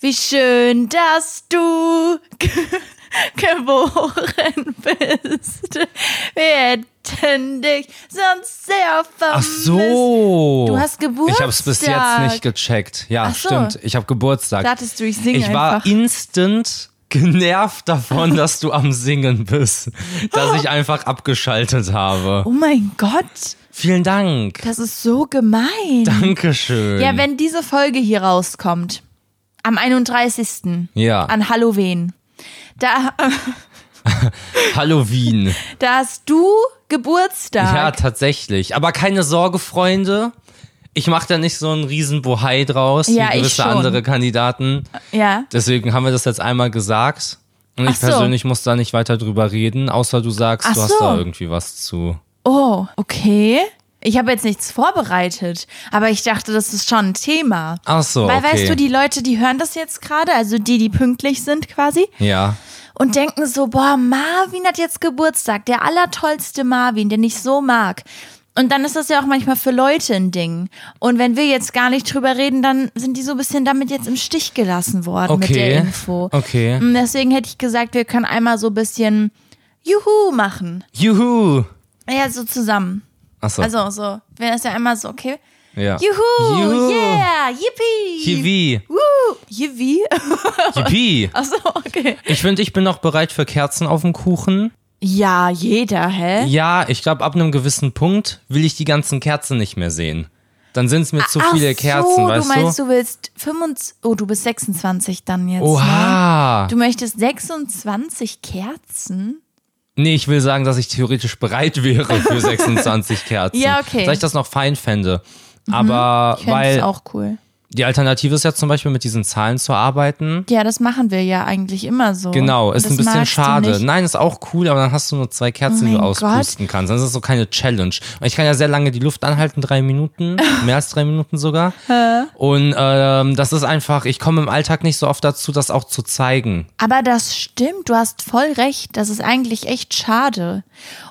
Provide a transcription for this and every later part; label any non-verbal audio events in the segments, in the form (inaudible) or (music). Wie schön, dass du (laughs) ge- geboren bist. Wir hätten dich sonst sehr vermisst. Ach so. Du hast Geburtstag. Ich habe es bis jetzt nicht gecheckt. Ja, Ach so. stimmt. Ich habe Geburtstag. Dachtest du, ich singe Ich war einfach. instant genervt davon, (laughs) dass du am Singen bist. Dass ich einfach abgeschaltet habe. Oh mein Gott, Vielen Dank. das ist so gemein. Dankeschön. ja, wenn diese Folge hier rauskommt, am 31. Ja. an Halloween, da, Halloween. da hast du Geburtstag. Ja, tatsächlich. Aber keine Sorge, Freunde. Ich mache da nicht so einen riesen Bohai draus Ja, wie ich gewisse schon. andere Kandidaten. ja. Deswegen haben wir das jetzt einmal gesagt. Und ich Ach so. persönlich muss da nicht weiter drüber reden, außer du sagst, Ach du hast so. da irgendwie was zu. Oh, okay. Ich habe jetzt nichts vorbereitet, aber ich dachte, das ist schon ein Thema. Ach so, Weil okay. weißt du, die Leute, die hören das jetzt gerade, also die, die pünktlich sind quasi, ja. und denken so, boah, Marvin hat jetzt Geburtstag, der allertollste Marvin, den ich so mag. Und dann ist das ja auch manchmal für Leute ein Ding. Und wenn wir jetzt gar nicht drüber reden, dann sind die so ein bisschen damit jetzt im Stich gelassen worden mit der Okay. Info. Mhm. Okay. Und deswegen hätte ich gesagt, wir können einmal so ein bisschen Juhu machen. Juhu. Ja, so zusammen. Ach so. Also so, wäre das ja einmal so, okay. ja. Juhu, Juhu. yeah, yippie. Jivi. Woo. (laughs) Yippie? Jivi. Achso, okay. Ich finde, ich bin noch bereit für Kerzen auf dem Kuchen. Ja, jeder, hä? Ja, ich glaube, ab einem gewissen Punkt will ich die ganzen Kerzen nicht mehr sehen. Dann sind es mir zu Ah, Ach viele Kerzen, so, weißt du ne? meinst, du, willst 25, oh, du bist 26 dann jetzt, ne? Oha. Du möchtest 26 Kerzen? Nee, ich will sagen, dass ich theoretisch bereit wäre (laughs) für 26 Kerzen. Ja, okay. Mhm, Dass ich das noch fein fände. Aber Ich fände das weil auch cool. die Alternative ist ja zum Beispiel mit diesen Zahlen zu arbeiten. Ja, das machen wir ja eigentlich immer so. Genau, ist das ein bisschen magst du schade. ne? nicht. Oh Nein, ist auch cool, aber dann hast du nur zwei Kerzen, die du mein auspusten kannst. Dann ist es so keine Challenge. Und ich kann ja sehr lange die Luft anhalten, (laughs) drei Minuten, mehr als drei Minuten sogar. Und ähm, das ist einfach, ich komme im Alltag nicht so oft dazu, das auch zu zeigen. Aber das stimmt, du hast voll recht. Das ist eigentlich echt schade.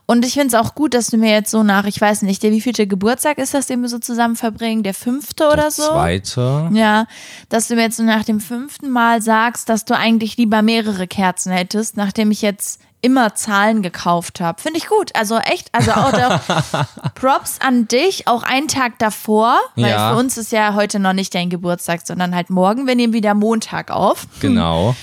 Und ich finde es auch gut, dass du mir jetzt so nach, ich weiß nicht, der wievielte Geburtstag ist das, den wir so zusammen verbringen? Der fünfte oder so? Zweite. Ja, dass du mir jetzt so nach dem fünften Mal sagst, dass du eigentlich lieber mehrere Kerzen hättest, nachdem ich jetzt immer Zahlen gekauft habe. Finde ich gut. Also echt, also auch da- Props an dich, auch einen Tag davor, weil Ja. für uns ist ja heute noch nicht dein Geburtstag, sondern halt morgen. Wir nehmen wieder Montag auf. Genau.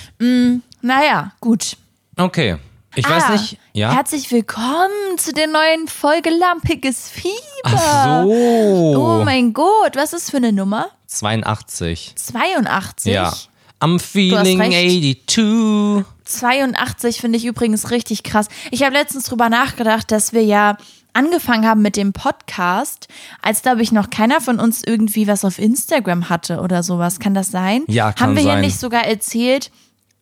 Naja, gut. Okay. Ich Ah, weiß nicht. Ja. Herzlich willkommen zu der neuen Folge Lampiges Fieber. Ach so. Oh mein Gott, was ist für eine Nummer? 82. 82. Ja. I'm feeling recht. 82. 82 finde ich übrigens richtig krass. Ich habe letztens drüber nachgedacht, dass wir ja angefangen haben mit dem Podcast, als glaube ich noch keiner von uns irgendwie was auf Instagram hatte oder sowas. Kann das sein? Ja, kann Haben wir sein. hier nicht sogar erzählt,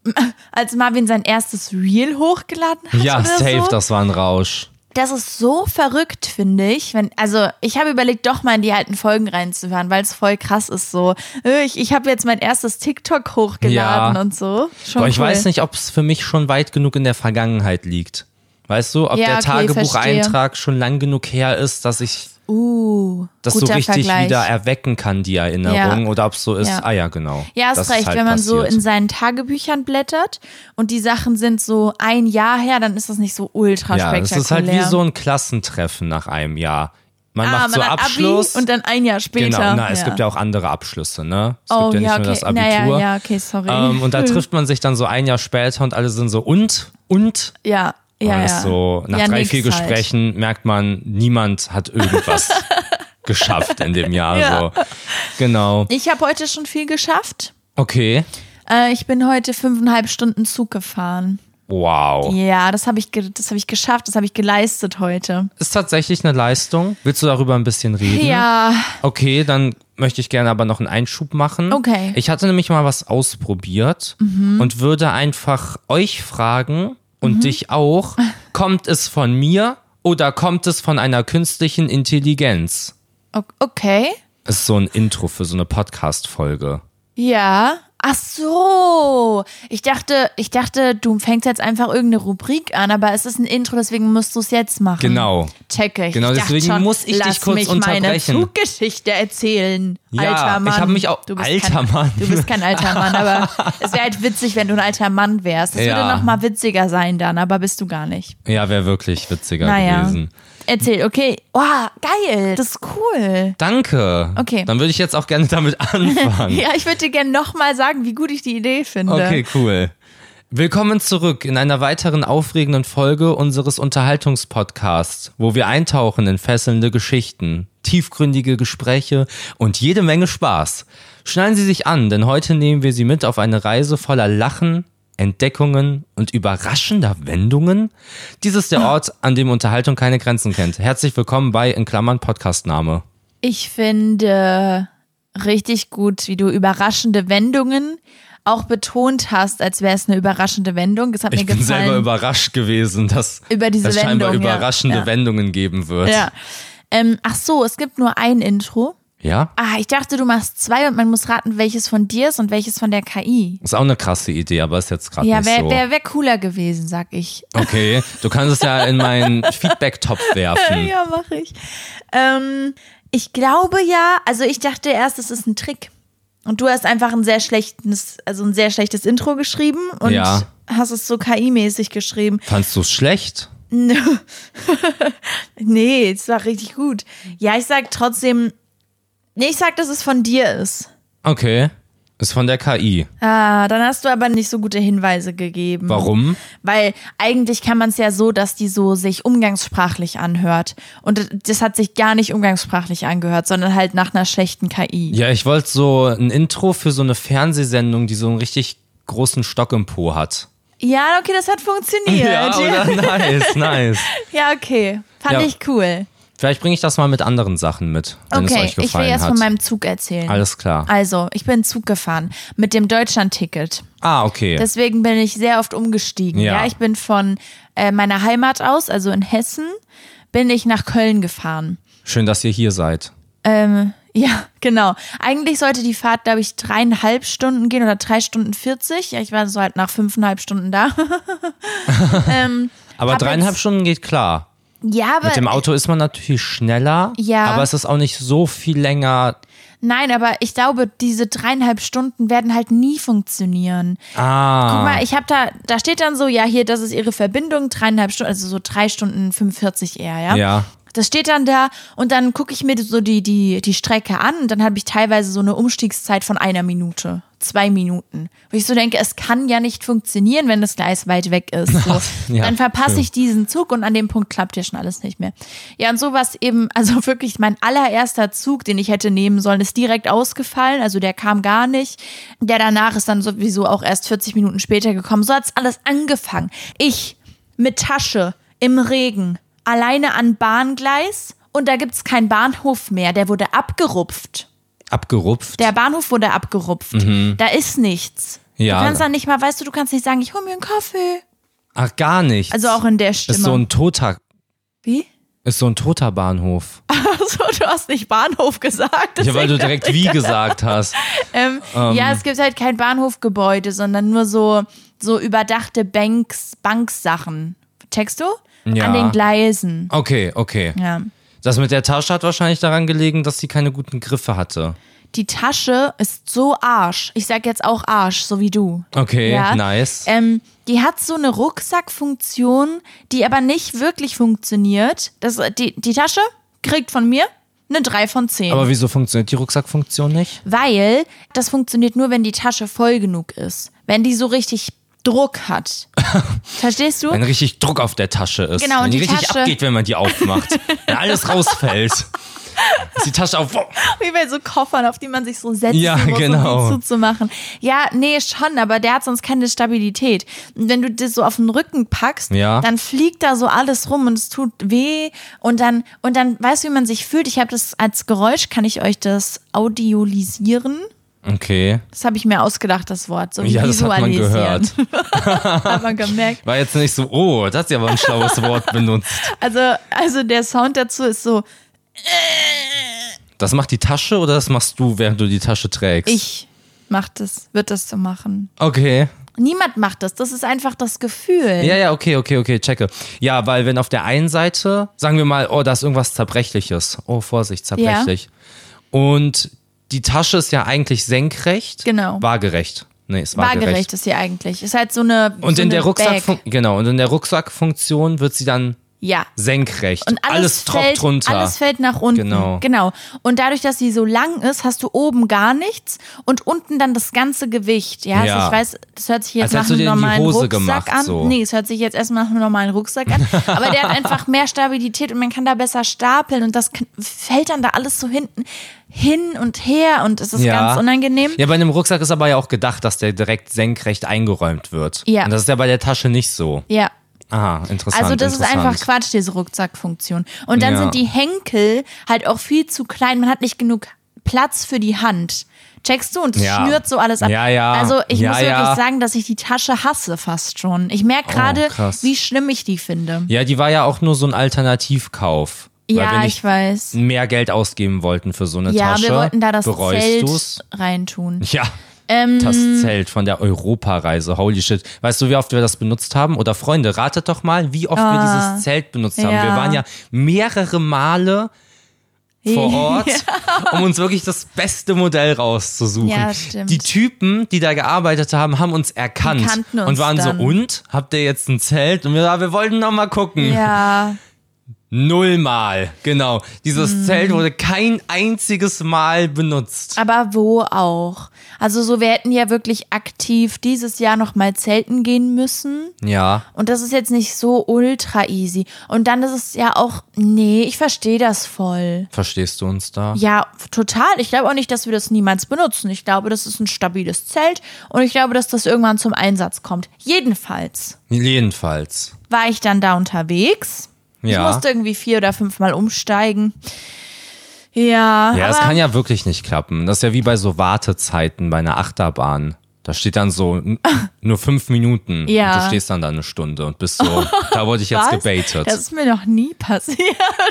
(clears throat) als Marvin sein erstes Reel hochgeladen hat? Ja, oder safe, so? das war ein Rausch. Das ist so verrückt, finde ich. Wenn, also, ich habe überlegt, doch mal in die alten Folgen reinzuhören, weil es voll krass ist. So, äh, ich, ich habe jetzt mein erstes TikTok hochgeladen Ja. und so. Schon Aber ich cool. weiß nicht, ob es für mich schon weit genug in der Vergangenheit liegt. Weißt du, ob Ja, der okay, Tagebucheintrag schon lang genug her ist, dass ich Uh, das so guter richtig Vergleich. wieder erwecken kann, die Erinnerung. Ja. Oder ob es so ist, Ja. ah ja, genau. Ja, hast das ist recht. halt Wenn man so passiert. in seinen Tagebüchern blättert und die Sachen sind so ein Jahr her, dann ist das nicht so ultra Ja, es spektakulär. ist halt wie so ein Klassentreffen nach einem Jahr. Man ah, macht man so hat Abschluss. Abi und dann ein Jahr später. genau, na, es gibt ja auch andere Abschlüsse, ne? Es oh, gibt ja nicht ja, okay. nur das Abitur. Naja, ja, okay, sorry. Hm. Ähm, und da trifft man sich dann so ein Jahr später und alle sind so und und ja, ja, Man ja. ist so nach ja, drei nix vier halt. Gesprächen merkt man, niemand (laughs) hat irgendwas geschafft in dem Jahr. Ja. So. Genau. Ich habe heute schon viel geschafft. Okay. Äh, ich bin heute fünfeinhalb Stunden Zug gefahren. Wow. Ja, das habe ich, ge das hab ich geschafft, das habe ich geleistet heute. Ist tatsächlich eine Leistung. Willst du darüber ein bisschen reden? Ja, Okay, dann möchte ich gerne aber noch einen Einschub machen. Okay. Mhm. Ich hatte nämlich mal was ausprobiert und würde einfach euch fragen und (laughs) dich auch, kommt es von mir oder kommt es von einer künstlichen Intelligenz? o- okay. Das ist so ein Intro für so eine Podcast-Folge. Ja, Ach so, ich dachte, ich dachte, du fängst jetzt einfach irgendeine Rubrik an, aber es ist ein Intro, deswegen musst du es jetzt machen. Genau. Checke ich. Genau, ich dachte deswegen schon, muss ich dich lass kurz mich unterbrechen. meine Zuggeschichte erzählen. Ja, alter ich Mann. hab mich auch- Du bist Alter kein, Mann. Du bist kein alter Mann, aber (laughs) es wäre halt witzig, wenn du ein alter Mann wärst. Das würde Ja. noch mal witziger sein dann, aber bist du gar nicht. Ja, wäre wirklich witziger Naja. gewesen. Erzähl, okay. Oh, geil. Das ist cool. Danke. Okay. Dann würde ich jetzt auch gerne damit (laughs) anfangen. Ja, ich würde dir gerne nochmal sagen, wie gut ich die Idee finde. Hm. Okay, cool. Willkommen zurück in einer weiteren aufregenden Folge unseres Unterhaltungspodcasts, wo wir eintauchen in fesselnde Geschichten, tiefgründige Gespräche und jede Menge Spaß. Schneiden Sie sich an, denn heute nehmen wir Sie mit auf eine Reise voller Lachen, Entdeckungen und überraschender Wendungen. Dies ist Ah. der Ort, an dem Unterhaltung keine Grenzen kennt. Herzlich willkommen bei in Klammern Podcastname. Ich finde richtig gut, wie du überraschende Wendungen auch betont hast, als wäre es eine überraschende Wendung. Das hat Ich mir bin gefallen. selber überrascht gewesen, dass Über diese es scheinbar Wendung, ja. überraschende Ja. Wendungen geben wird. ja. ähm, ach so, es gibt nur ein Intro. ja? Ah, ich dachte, du machst zwei und man muss raten, welches von dir ist und welches von der KI. Ist auch eine krasse Idee, aber ist jetzt gerade Ja, nicht wäre so. wär, wär cooler gewesen, sag ich. okay, du kannst es ja (laughs) in meinen Feedback-Topf werfen. Ja, mache ich. Ähm, ich glaube ja, also ich dachte erst, es ist ein Trick. Und du hast einfach ein sehr schlechtes, also ein sehr schlechtes Intro geschrieben und Ja. hast es so KI-mäßig geschrieben. (laughs) Fandst du es schlecht? Nee, es war richtig gut. Ja, ich sag trotzdem, nee, ich sag, dass es von dir ist. Okay. Ist von der KI. Ah, dann hast du aber nicht so gute Hinweise gegeben. Warum? Weil eigentlich kann man es ja so, dass die so sich umgangssprachlich anhört. Und das hat sich gar nicht umgangssprachlich angehört, sondern halt nach einer schlechten KI. Ja, ich wollte so ein Intro für so eine Fernsehsendung, die so einen richtig großen Stock im Po hat. Ja, okay, das hat funktioniert. Ja, Ja, (laughs) oder? Nice, nice. ja okay. Fand Ja. ich cool. Vielleicht bringe ich das mal mit anderen Sachen mit, wenn es Okay, euch ich will gefallen jetzt hat. von meinem Zug erzählen. Alles klar. Also, ich bin Zug gefahren mit dem Deutschland-Ticket. Ah, okay. Deswegen bin ich sehr oft umgestiegen. Ja, Ja. ich bin von äh, meiner Heimat aus, also in Hessen, bin ich nach Köln gefahren. Schön, dass ihr hier seid. Ähm, (laughs) ja, genau. Eigentlich sollte die Fahrt, glaube ich, dreieinhalb Stunden gehen oder drei Stunden 40. Ja, ich war so halt nach fünfeinhalb Stunden da. (laughs) Aber Hab dreieinhalb jetzt- Stunden geht klar. Ja, aber Mit dem Auto ist man natürlich schneller, Ja. aber es ist auch nicht so viel länger. nein, aber ich glaube, diese dreieinhalb Stunden werden halt nie funktionieren. Ah, Guck mal, ich habe da, da steht dann so, ja, hier, das ist ihre Verbindung, dreieinhalb Stunden, also so drei Stunden 45 eher, ja? Ja. Das steht dann da und dann gucke ich mir so die, die, die Strecke an und dann habe ich teilweise so eine Umstiegszeit von einer Minute, zwei Minuten. Wo ich so denke, es kann ja nicht funktionieren, wenn das Gleis weit weg ist. So. Ja, dann verpasse stimmt. ich diesen Zug und an dem Punkt klappt ja schon alles nicht mehr. Ja, und sowas eben, (laughs) also wirklich mein allererster Zug, den ich hätte nehmen sollen, ist direkt ausgefallen. Also der kam gar nicht. Der danach ist dann sowieso auch erst 40 Minuten später gekommen. So hat's alles angefangen. Ich mit Tasche im Regen, alleine an Bahngleis und da gibt's keinen Bahnhof mehr. Der wurde abgerupft. abgerupft. Der Bahnhof wurde abgerupft. Da ist nichts. Mhm. Ja. Du kannst dann nicht mal, weißt du, du kannst nicht sagen, ich hole mir einen Kaffee. Ach, gar nicht. Also auch in der Stimme. ist so ein toter, Wie? ist so ein toter Bahnhof. So, Also, du hast nicht Bahnhof gesagt. Ja, weil du deswegen- direkt wie gesagt hast. ähm, ja, es gibt halt kein Bahnhofgebäude, sondern nur so, so überdachte Banks, Banksachen. Checkst du? Ja. An den Gleisen. Okay, okay. Ja. Das mit der Tasche hat wahrscheinlich daran gelegen, dass sie keine guten Griffe hatte. Die Tasche ist so Arsch. Ich sag jetzt auch Arsch, so wie du. Okay, Ja. nice. Ähm, die hat so eine Rucksackfunktion, die aber nicht wirklich funktioniert. Das, die, die Tasche kriegt von mir eine 3 von 10. aber wieso funktioniert die Rucksackfunktion nicht? Weil das funktioniert nur, wenn die Tasche voll genug ist. Wenn die so richtig Druck hat. (laughs) Verstehst du? Wenn richtig Druck auf der Tasche ist. Genau, und wenn die richtig Tasche- abgeht, wenn man die (laughs) aufmacht. wenn alles rausfällt. Ist die Tasche auf. Wie bei so Koffern, auf die man sich so setzen Ja, muss, um genau. die zuzumachen. Ja, nee, schon, aber der hat sonst keine Stabilität. Und wenn du das so auf den Rücken packst, Ja. dann fliegt da so alles rum und es tut weh. Und dann, und dann weißt du, wie man sich fühlt. Ich habe das als Geräusch, kann ich euch das audiolisieren? Okay. Das habe ich mir ausgedacht, das Wort. So Ja, das hat man visualisieren. gehört. (laughs) hat man gemerkt. War jetzt nicht so, oh, das ist ja aber ein schlaues Wort benutzt. Also, also der Sound dazu ist so, Das macht die Tasche oder das machst du, während du die Tasche trägst? ich, macht es, wird es so machen. Okay. Niemand macht das. Das ist einfach das Gefühl. Ja, ja, okay, okay, okay, checke. Ja, weil wenn auf der einen Seite, sagen wir mal, oh, da ist irgendwas Zerbrechliches. Oh, Vorsicht, zerbrechlich. Und die Tasche ist ja eigentlich senkrecht. Genau. Waagerecht. Nee, ist waagerecht. Waagerecht ist sie eigentlich. Ist halt so eine. Und so in eine der Bag. Rucksack genau, und in der Rucksackfunktion wird sie dann Ja. senkrecht. Und alles, tropft fällt, runter. alles fällt nach unten. Genau. genau. Und dadurch, dass sie so lang ist, hast du oben gar nichts und unten dann das ganze Gewicht. Ja, Ja. Also ich weiß, das hört sich jetzt Als nach hättest einem du dir in die normalen Hose Rucksack gemacht, an. so. Nee, es hört sich jetzt erstmal nach einem normalen Rucksack (laughs) an. Aber der hat einfach mehr Stabilität und man kann da besser stapeln und das k- fällt dann da alles so hinten hin und her und es ist ganz unangenehm. Ja, bei einem Rucksack ist aber ja auch gedacht, dass der direkt senkrecht eingeräumt wird. Ja. Und das ist ja bei der Tasche nicht so. ja. Aha, interessant. Also das ist interessant. einfach Quatsch, diese Rucksackfunktion. Und dann Ja. sind die Henkel halt auch viel zu klein. Man hat nicht genug Platz für die Hand. Checkst du? Und es Ja. schnürt so alles ab. Ja, ja. Also ich Ja, muss ja. Oh, wirklich sagen, dass ich die Tasche hasse fast schon. Ich merke gerade, krass. wie schlimm ich die finde. Ja, die war ja auch nur so ein Alternativkauf. weil Ja, wenn ich, weiß. mehr Geld ausgeben wollten für so eine Ja, Tasche. wir wollten da das bereust Zelt Ähm, du's? reintun. Ja. das Zelt von der Europareise. Holy shit. Weißt du, wie oft wir das benutzt haben? Oder Freunde, ratet doch mal, wie oft wir dieses Zelt benutzt haben. Wir Ah. ja. waren ja mehrere Male (laughs) vor Ort, um uns wirklich das beste Modell rauszusuchen. Ja, stimmt. Die Typen, die da gearbeitet haben, haben uns erkannt Die kannten uns und waren dann. so, und? Habt ihr jetzt ein Zelt? Und wir, ja, wir wollten noch mal gucken. (laughs) Ja, Nullmal, genau. Dieses Zelt wurde kein einziges Mal benutzt. aber wo auch? Also so, wir hätten ja wirklich aktiv dieses Jahr nochmal zelten gehen müssen. Ja. Und das ist jetzt nicht so ultra easy. Und dann ist es ja auch, nee, ich verstehe das voll. Verstehst du uns da? Ja, total. Ich glaube auch nicht, dass wir das niemals benutzen. Ich glaube, das ist ein stabiles Zelt und ich glaube, dass das irgendwann zum Einsatz kommt. Jedenfalls Jedenfalls. war ich dann da unterwegs. Ja. Ich musste irgendwie vier oder fünfmal umsteigen. Ja, Ja, aber das kann ja wirklich nicht klappen. Das ist ja wie bei so Wartezeiten bei einer Achterbahn. Da steht dann (laughs) so n- nur fünf Minuten. Ja. Und du stehst dann da eine Stunde und bist so, da wurde ich jetzt was? gebaitet. Das ist mir noch nie passiert.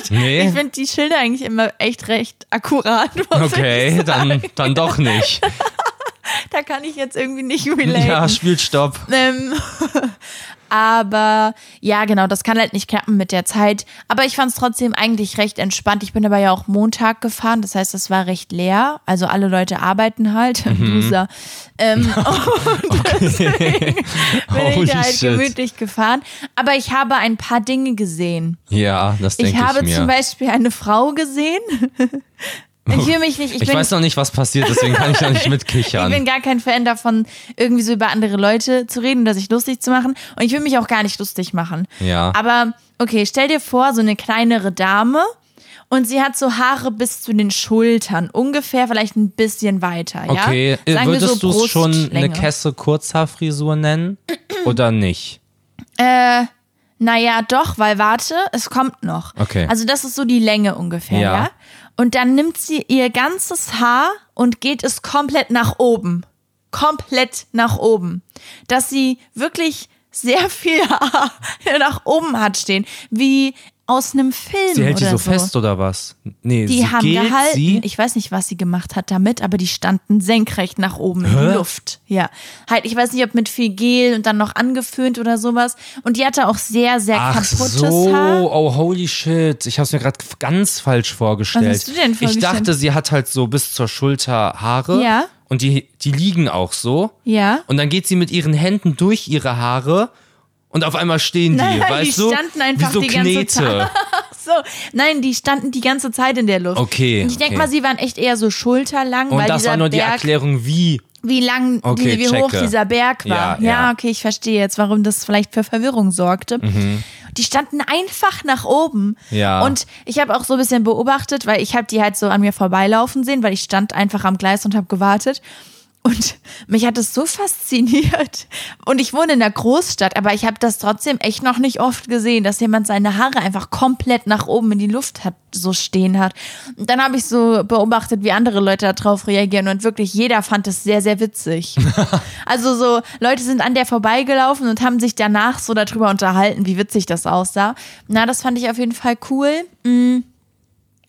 Nee? Ich finde die Schilder eigentlich immer echt recht akkurat. muss ich okay, sagen. dann, dann (laughs) doch nicht. Da kann ich jetzt irgendwie nicht relaten. ja, Spielstopp. Ähm, (laughs) aber ja, genau, das kann halt nicht klappen mit der Zeit. Aber ich fand es trotzdem eigentlich recht entspannt. Ich bin aber ja auch Montag gefahren, das heißt, es war recht leer. Also alle Leute arbeiten halt. (laughs) Mhm. Loser. (laughs) Ähm, (laughs) und deswegen bin Holy ich da halt shit. gemütlich gefahren. Aber ich habe ein paar Dinge gesehen. Ja, das denke Ich ich, habe mir. zum Beispiel eine Frau gesehen. (laughs) Ich will mich nicht, ich, ich bin weiß noch nicht, was passiert, deswegen kann ich (laughs) da nicht mitkichern. ich bin gar kein Fan davon, irgendwie so über andere Leute zu reden oder sich lustig zu machen. Und ich will mich auch gar nicht lustig machen. Ja. Aber okay, stell dir vor, so eine kleinere Dame und sie hat so Haare bis zu den Schultern. Ungefähr, vielleicht ein bisschen weiter. Ja? Okay, äh, Sagen wir würdest so du es schon eine Brustlänge. Kesse (clears throat) Kurzhaarfrisur nennen oder nicht? Naja, doch, weil warte, es kommt noch. Okay. Also das ist so die Länge ungefähr, Ja. ja. Und dann nimmt sie ihr ganzes Haar und geht es komplett nach oben. Komplett nach oben. Dass sie wirklich sehr viel (laughs) Haar nach oben hat stehen. Wie aus einem Film Sie hält die oder so, fest oder was? Nee, Die sie haben geht, gehalten. sie Ich weiß nicht, was sie gemacht hat damit, aber die standen senkrecht nach oben in Hä? der Luft. Ja. Halt, ich weiß nicht, ob mit viel Gel und dann noch angeföhnt oder sowas. Und die hatte auch sehr, sehr Ach kaputtes so, Haar. oh holy shit. Ich habe es mir gerade ganz falsch vorgestellt. Was hast du denn Ich vorgestellt? dachte, sie hat halt so bis zur Schulter Haare. Ja. Und die, die liegen auch so. Ja. Und dann geht sie mit ihren Händen durch ihre Haare und auf einmal stehen die, Nein, (laughs) die weißt du? standen einfach Wie so die ganze Knete. (laughs) So, nein, die standen die ganze Zeit in der Luft. Okay, Und ich denke okay. mal, sie waren echt eher so schulterlang, Und weil das dieser war nur die Berg, Erklärung, wie. wie lang, Okay, wie, wie hoch checke. dieser Berg war. Ja, ja. okay, ich verstehe jetzt, warum das vielleicht für Verwirrung sorgte. Die standen einfach nach oben. Mhm. Ja. Und ich habe auch so ein bisschen beobachtet, weil ich habe die halt so an mir vorbeilaufen sehen, weil ich stand einfach am Gleis und habe gewartet. Und mich hat es so fasziniert. Und ich wohne in einer Großstadt, aber ich habe das trotzdem echt noch nicht oft gesehen, dass jemand seine Haare einfach komplett nach oben in die Luft hat, so stehen hat. Und dann habe ich so beobachtet, wie andere Leute darauf reagieren. Und wirklich jeder fand es sehr, sehr witzig. Also so, Leute sind an der vorbeigelaufen und haben sich danach so darüber unterhalten, wie witzig das aussah. Na, das fand ich auf jeden Fall cool. Mm.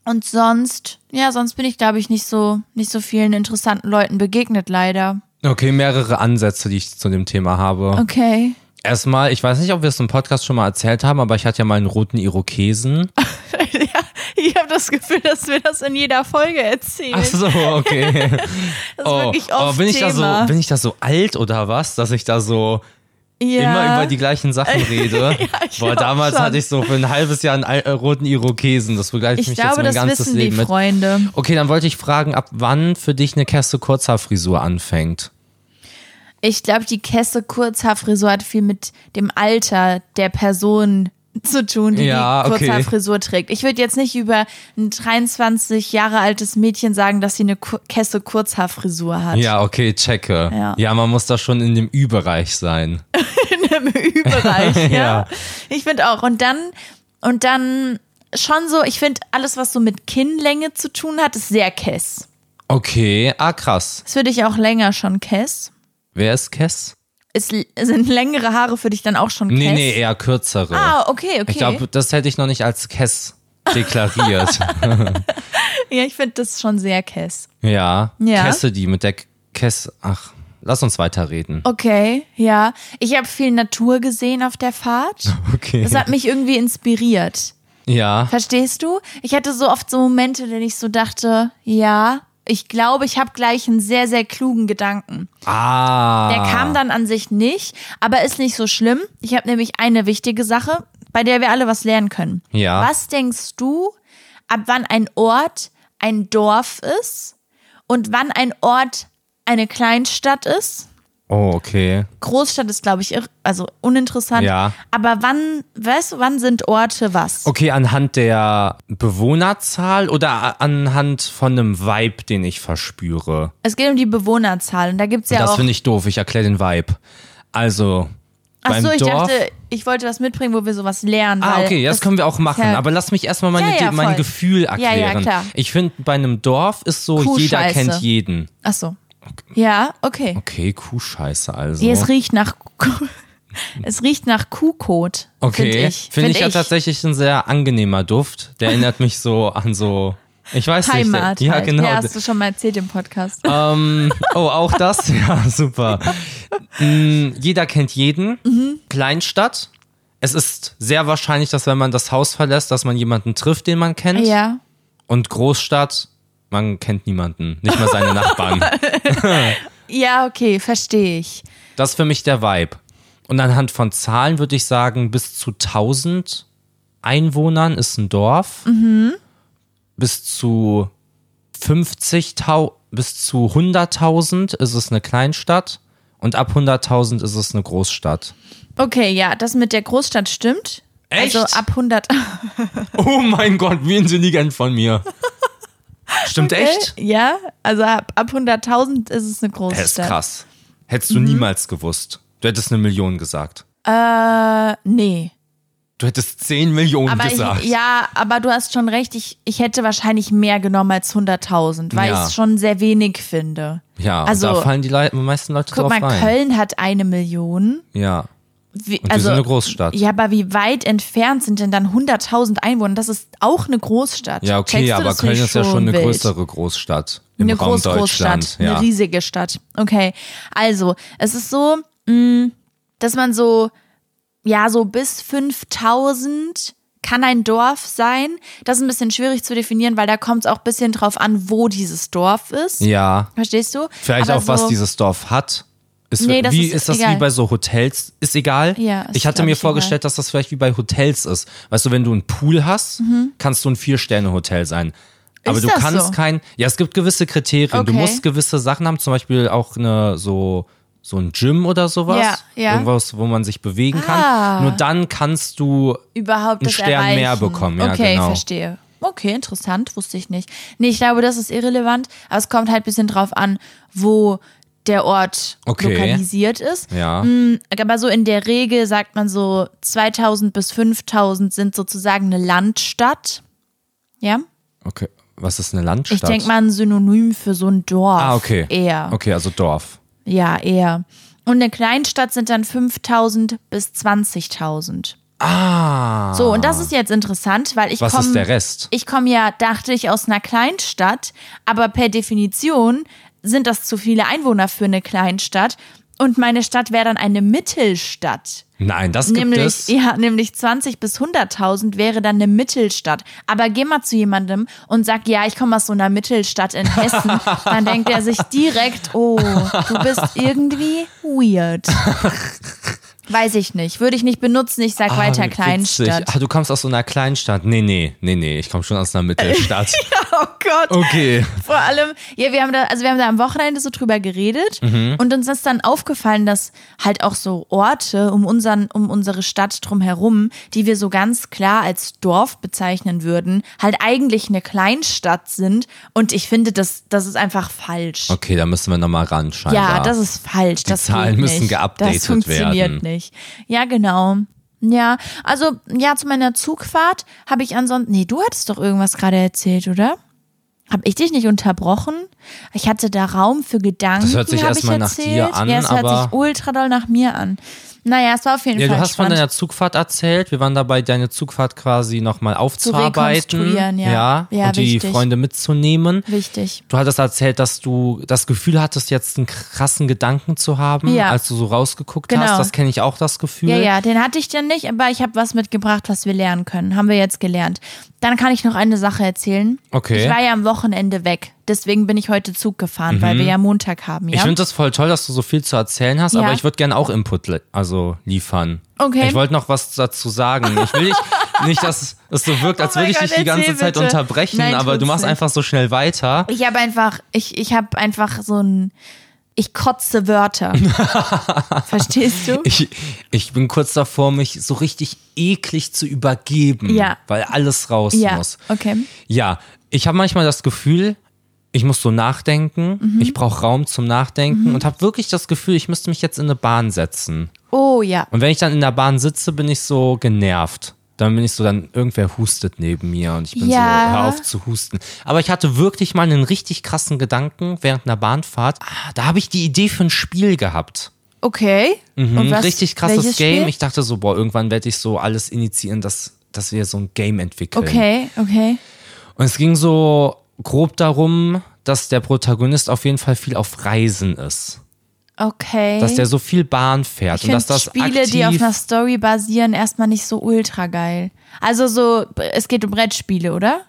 Und sonst, ja, sonst bin ich, glaube ich, nicht so, nicht so vielen interessanten Leuten begegnet, leider. Okay, mehrere Ansätze, die ich zu dem Thema habe. Okay. Erstmal, ich weiß nicht, ob wir es im Podcast schon mal erzählt haben, aber ich hatte ja mal einen roten Irokesen. (laughs) ja, ich habe das Gefühl, dass wir das in jeder Folge erzählen. Ach so, okay. (laughs) Oh, das ist wirklich oft bin ich da Thema. so, bin ich da so alt oder was, dass ich da so ja. immer über die (laughs) gleichen Sachen rede? ich Boah, glaub damals schon. hatte ich so für ein halbes Jahr einen al- äh, roten Irokesen. Das begleitet ich mich glaube, jetzt mein das ganzes wissen Leben die mit. Freunde. Okay, dann wollte ich fragen, ab wann für dich eine Kerste Kurzhaarfrisur anfängt? Ich glaube, die Kesse Kurzhaarfrisur hat viel mit dem Alter der Person zu tun, die Ja, die okay. Kurzhaarfrisur trägt. Ich würde jetzt nicht über ein 23 Jahre altes Mädchen sagen, dass sie eine Ku- Kesse Kurzhaarfrisur hat. Ja, okay, checke. Ja. ja, man muss da schon in dem Ü-Bereich sein. im (laughs) (laughs) Ü-Bereich, ja. Ja. Ich finde auch. Und dann, und dann schon so, ich finde alles, was so mit Kinnlänge zu tun hat, ist sehr Kess. Okay, ah krass. Das würde ich auch länger schon Kess. Wer ist Kess? Ist, sind längere Haare für dich dann auch schon Kess? Nee, nee, eher kürzere. Ah, okay, okay. Ich glaube, das hätte ich noch nicht als Kess (laughs) deklariert. (laughs) ja, ich finde das schon sehr Kess. ja. Ja. Cassidy mit der K- Kess. Ach, lass uns weiterreden. Okay, ja. Ich habe viel Natur gesehen auf der (laughs) Fahrt. Oh, Okay. Das hat mich irgendwie inspiriert. Ja. Verstehst du? Ich hatte so oft so Momente, in denen ich so dachte, ja, ich glaube, ich habe gleich einen sehr, sehr klugen Gedanken. Ah. Der kam dann an sich nicht, aber ist nicht so schlimm. Ich habe nämlich eine wichtige Sache, bei der wir alle was lernen können. Ja. Was denkst du, ab wann ein Ort ein Dorf ist und wann ein Ort eine Kleinstadt ist? Oh, okay. Großstadt ist, glaube ich, irr- also uninteressant. Ja. Aber wann, weißt du, wann sind Orte was? Okay, anhand der Bewohnerzahl oder a- anhand von einem Vibe, den ich verspüre? Es geht um die Bewohnerzahl und da gibt's ja das auch. finde ich doof. Ich erkläre den Vibe. Also. Ach beim so, ich Dorf. dachte, ich wollte was mitbringen, wo wir sowas lernen. Ah, weil okay, das, das- können wir auch machen. ja- aber lass mich erstmal meine, Ja, ja, Idee- mein voll. Gefühl erklären. klar. Ich finde, bei einem Dorf ist so, jeder Kuhscheiße. kennt jeden. Ach so. Ja, okay. Okay, Kuhscheiße also. Ja, es riecht nach Kuh- (laughs) es riecht nach Kuhkot. okay, finde ich. Finde ich ja tatsächlich ein sehr angenehmer Duft. Der erinnert mich so an so, ich weiß Heimat. nicht. Ja, halt. genau. Ja, hast du schon mal erzählt im Podcast. ähm, oh, auch das? (laughs) Ja, super. Mm, jeder kennt jeden. Kleinstadt. Es ist sehr wahrscheinlich, dass wenn man das Haus verlässt, dass man jemanden trifft, den man kennt. ja. Und Großstadt, man kennt niemanden. Nicht mal seine (laughs) Nachbarn. Ja, okay, verstehe ich. Das ist für mich der Vibe. Und anhand von Zahlen würde ich sagen, bis zu 1000 Einwohnern ist ein Dorf. Bis zu 50.000, bis zu 100.000 ist es eine Kleinstadt. Und ab 100.000 ist es eine Großstadt. Okay, ja, das mit der Großstadt stimmt. Echt? Also ab 100. (laughs) (laughs) Oh mein Gott, wie intelligent von mir. (laughs) Stimmt echt? (laughs) Ja, also ab, ab 100.000 ist es eine Das Mhm. ist Großstadt. krass. Hättest du niemals gewusst. Du hättest eine Million gesagt. Äh, nee. Du hättest 10 Millionen Aber gesagt. ich, ja, aber du hast schon recht. Ich, ich hätte wahrscheinlich mehr genommen als 100.000, weil Ja. ich es schon sehr wenig finde. ja also- da fallen die Lei- meisten Leute Guck drauf mal, rein. Köln hat eine Million. Ja. Wie, Und also, wir sind eine Großstadt. Ja, aber wie weit entfernt sind denn dann 100.000 Einwohner? Das ist auch eine Großstadt. Ja, okay, Checkst du, aber das Köln finde ich ist ja schon eine wild. größere Großstadt im Eine Raum Großgroßstadt, Deutschland. Ja. eine riesige Stadt. Okay, also es ist so, mh, dass man so, ja, so bis 5.000 kann ein Dorf sein. Das ist ein bisschen schwierig zu definieren, weil da kommt es auch ein bisschen drauf an, wo dieses Dorf ist. ja, Verstehst du? vielleicht aber auch, was so, dieses Dorf hat. Ist, Nee, das wie, ist ist, das egal. wie bei so Hotels? Ist egal. Ja, ist, ich hatte glaub mir ich, vorgestellt, dass das vielleicht wie bei Hotels ist. Weißt du, wenn du einen Pool hast, kannst du ein Vier-Sterne-Hotel sein. Aber Mhm. Ist du das kannst so? kein. Ja, es gibt gewisse Kriterien. Okay. Du musst gewisse Sachen haben, zum Beispiel auch eine so. So ein Gym oder sowas. Ja, ja. Irgendwas, wo man sich bewegen Ah. kann. Nur dann kannst du überhaupt einen das Stern erreichen. mehr bekommen, ja, okay, genau. verstehe. Okay, interessant, wusste ich nicht. Nee, ich glaube, das ist irrelevant, aber es kommt halt ein bisschen drauf an, wo der Ort Okay. lokalisiert ist. Ja. Mm, Aber so in der Regel sagt man so 2000 bis 5000 sind sozusagen eine Landstadt. Ja? Okay. Was ist eine Landstadt? Ich denke mal ein Synonym für so ein Dorf. Ah, okay. Eher. Okay, also Dorf. Ja, eher. Und eine Kleinstadt sind dann 5000 bis 20.000. Ah. So, und das ist jetzt interessant, weil ich Was komme. ist der Rest? Ich komme ja, dachte ich, aus einer Kleinstadt, aber per Definition sind das zu viele Einwohner für eine Kleinstadt. Und meine Stadt wäre dann eine Mittelstadt. Nein, das gibt Nämlich, es. ja, nämlich 20 bis 100.000 wäre dann eine Mittelstadt. Aber geh mal zu jemandem und sag, ja, ich komme aus so einer Mittelstadt in Hessen. (laughs) Dann denkt er sich direkt, oh, du bist irgendwie (laughs) weird. Weiß ich nicht. Würde ich nicht benutzen. Ich sag weiter Ah, witzig. Kleinstadt. Ah, du kommst aus so einer Kleinstadt. Nee, nee, nee, nee, ich komme schon aus (laughs) einer Mittelstadt. Oh Gott. Okay. Vor allem, ja, wir haben da, also wir haben da am Wochenende so drüber geredet und uns ist dann aufgefallen, dass halt auch so Orte um unseren, um unsere Stadt drumherum, die wir so ganz klar als Dorf bezeichnen würden, halt eigentlich eine Kleinstadt sind. Und ich finde, das, das ist einfach falsch. Okay, da müssen wir nochmal ran, scheinbar. Ja, das ist falsch. Die das Zahlen geht müssen nicht. geupdatet Das funktioniert werden. nicht. Ja, genau. Ja, also ja, zu meiner Zugfahrt habe ich ansonsten. Nee, du hattest doch irgendwas gerade erzählt, oder? Habe ich dich nicht unterbrochen? Ich hatte da Raum für Gedanken. hört sich habe erst ich mal nach erzählt. dir an, ja, es hört sich aber- ultra doll nach mir an. Naja, es war auf jeden ja, Fall du hast von spannend. deiner Zugfahrt erzählt. Wir waren dabei, deine Zugfahrt quasi nochmal aufzuarbeiten. rekonstruieren, ja. Ja, und die wichtig. Freunde mitzunehmen. Wichtig. Du hattest erzählt, dass du das Gefühl hattest, jetzt einen krassen Gedanken zu haben, Ja. als du so rausgeguckt Genau. hast. Das kenne ich auch, das Gefühl. Ja, ja, den hatte ich dann nicht, aber ich habe was mitgebracht, was wir lernen können. Haben wir jetzt gelernt. Dann kann ich noch eine Sache erzählen. Okay. Ich war ja am Wochenende weg. Deswegen bin ich heute Zug gefahren, weil wir ja Montag haben, Mhm. Ich ja? finde das voll toll, dass du so viel zu erzählen hast, Ja. aber ich würde gerne auch Input li also liefern. Okay. Ich wollte noch was dazu sagen. Ich (laughs) will nicht, nicht dass es so wirkt, als Oh mein würde ich Gott, dich die ganze erzähl Zeit bitte. unterbrechen, Nein, aber du tut's machst nicht. einfach so schnell weiter. ich habe einfach, ich, ich habe einfach so ein, ich kotze (laughs) Wörter. Verstehst du? Ich, ich bin kurz davor, mich so richtig eklig zu übergeben, Ja. weil alles raus ja, muss. okay. Ja, ich habe manchmal das Gefühl, ich muss so nachdenken, Mhm. ich brauche Raum zum Nachdenken und habe wirklich das Gefühl, ich müsste mich jetzt in eine Bahn setzen. Oh ja. Und wenn ich dann in der Bahn sitze, bin ich so genervt. Dann bin ich so, dann irgendwer hustet neben mir und ich bin Ja. so, hör auf zu husten. Aber ich hatte wirklich mal einen richtig krassen Gedanken während einer Bahnfahrt. Ah, da habe ich die Idee für ein Spiel gehabt. Okay. Und Ein was, Mhm, richtig krasses welches Game. Spiel? Ich dachte so, boah, irgendwann werde ich so alles initiieren, dass, dass wir so ein Game entwickeln. okay, okay. Und es ging so grob darum, dass der Protagonist auf jeden Fall viel auf Reisen ist. Okay. Dass der so viel Bahn fährt Ich und finde dass das Spiele, aktiv die auf einer Story basieren, erstmal nicht so ultra geil. Also so, es geht um Brettspiele, oder?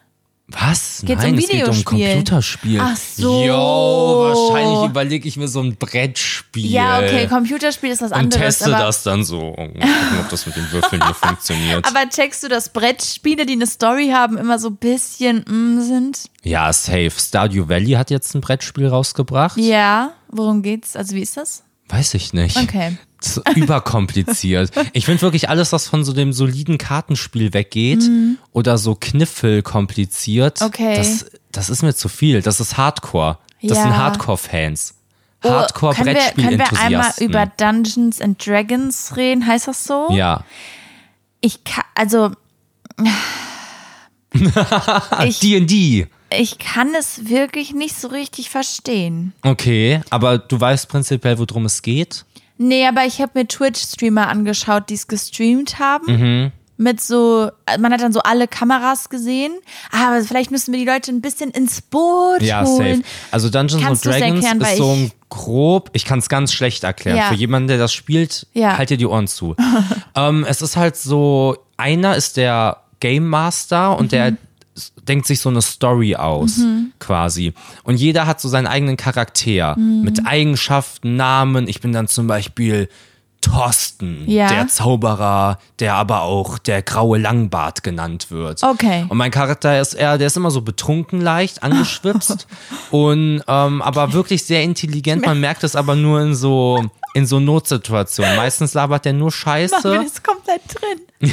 Was? Geht's Nein, um es geht um Videospiel? Computerspiel. Ach so. Yo, wahrscheinlich überlege ich mir so ein Brettspiel. Ja, okay, Computerspiel ist was Und anderes. teste aber, das dann so. Und gucken, ob das mit den (laughs) Würfeln hier funktioniert. aber checkst du, dass Brettspiele, die eine Story haben, immer so ein bisschen mm, sind? ja, safe. Stardew Valley hat jetzt ein Brettspiel rausgebracht. Ja. Worum geht's? Also wie ist das? Weiß ich nicht. Okay. Das ist (laughs) überkompliziert. ich finde wirklich alles, was von so dem soliden Kartenspiel weggeht oder so Kniffel kompliziert, Mhm. Okay. das, das ist mir zu viel. Das ist Hardcore. Das Ja. Oh, sind Hardcore-Fans. hardcore können wir, brettspiel können wir einmal über Dungeons and Dragons reden? Heißt das so? Ja. Ich kann, also Ah, ich, D&D. ich kann es wirklich nicht so richtig verstehen. Okay, aber du weißt prinzipiell, worum es geht? Nee, aber ich habe mir Twitch-Streamer angeschaut, die es gestreamt haben. Mhm. Mit so, man hat dann so alle Kameras gesehen. Ah, Aber vielleicht müssen wir die Leute ein bisschen ins Boot Ja, safe. holen. Also Dungeons Kannst and du's Dragons erklären, weil ist so ich- ein grob, ich kann es ganz schlecht erklären. Ja. Für jemanden, der das spielt, Ja. halt dir die (laughs) Ohren zu. ähm, es ist halt so, einer ist der Game Master und Mhm. der s- denkt sich so eine Story aus, quasi. Und jeder hat so seinen eigenen Charakter Mhm. mit Eigenschaften, Namen. Ich bin dann zum Beispiel Thorsten, Ja. der Zauberer, der aber auch der graue Langbart genannt wird. Okay. Und mein Charakter ist eher, der ist immer so betrunken leicht, (laughs) angeschwipst und ähm, aber wirklich sehr intelligent. Man merkt es aber nur in so in so Notsituationen. Meistens labert der (laughs) nur Machen wir Scheiße. das komplett drin.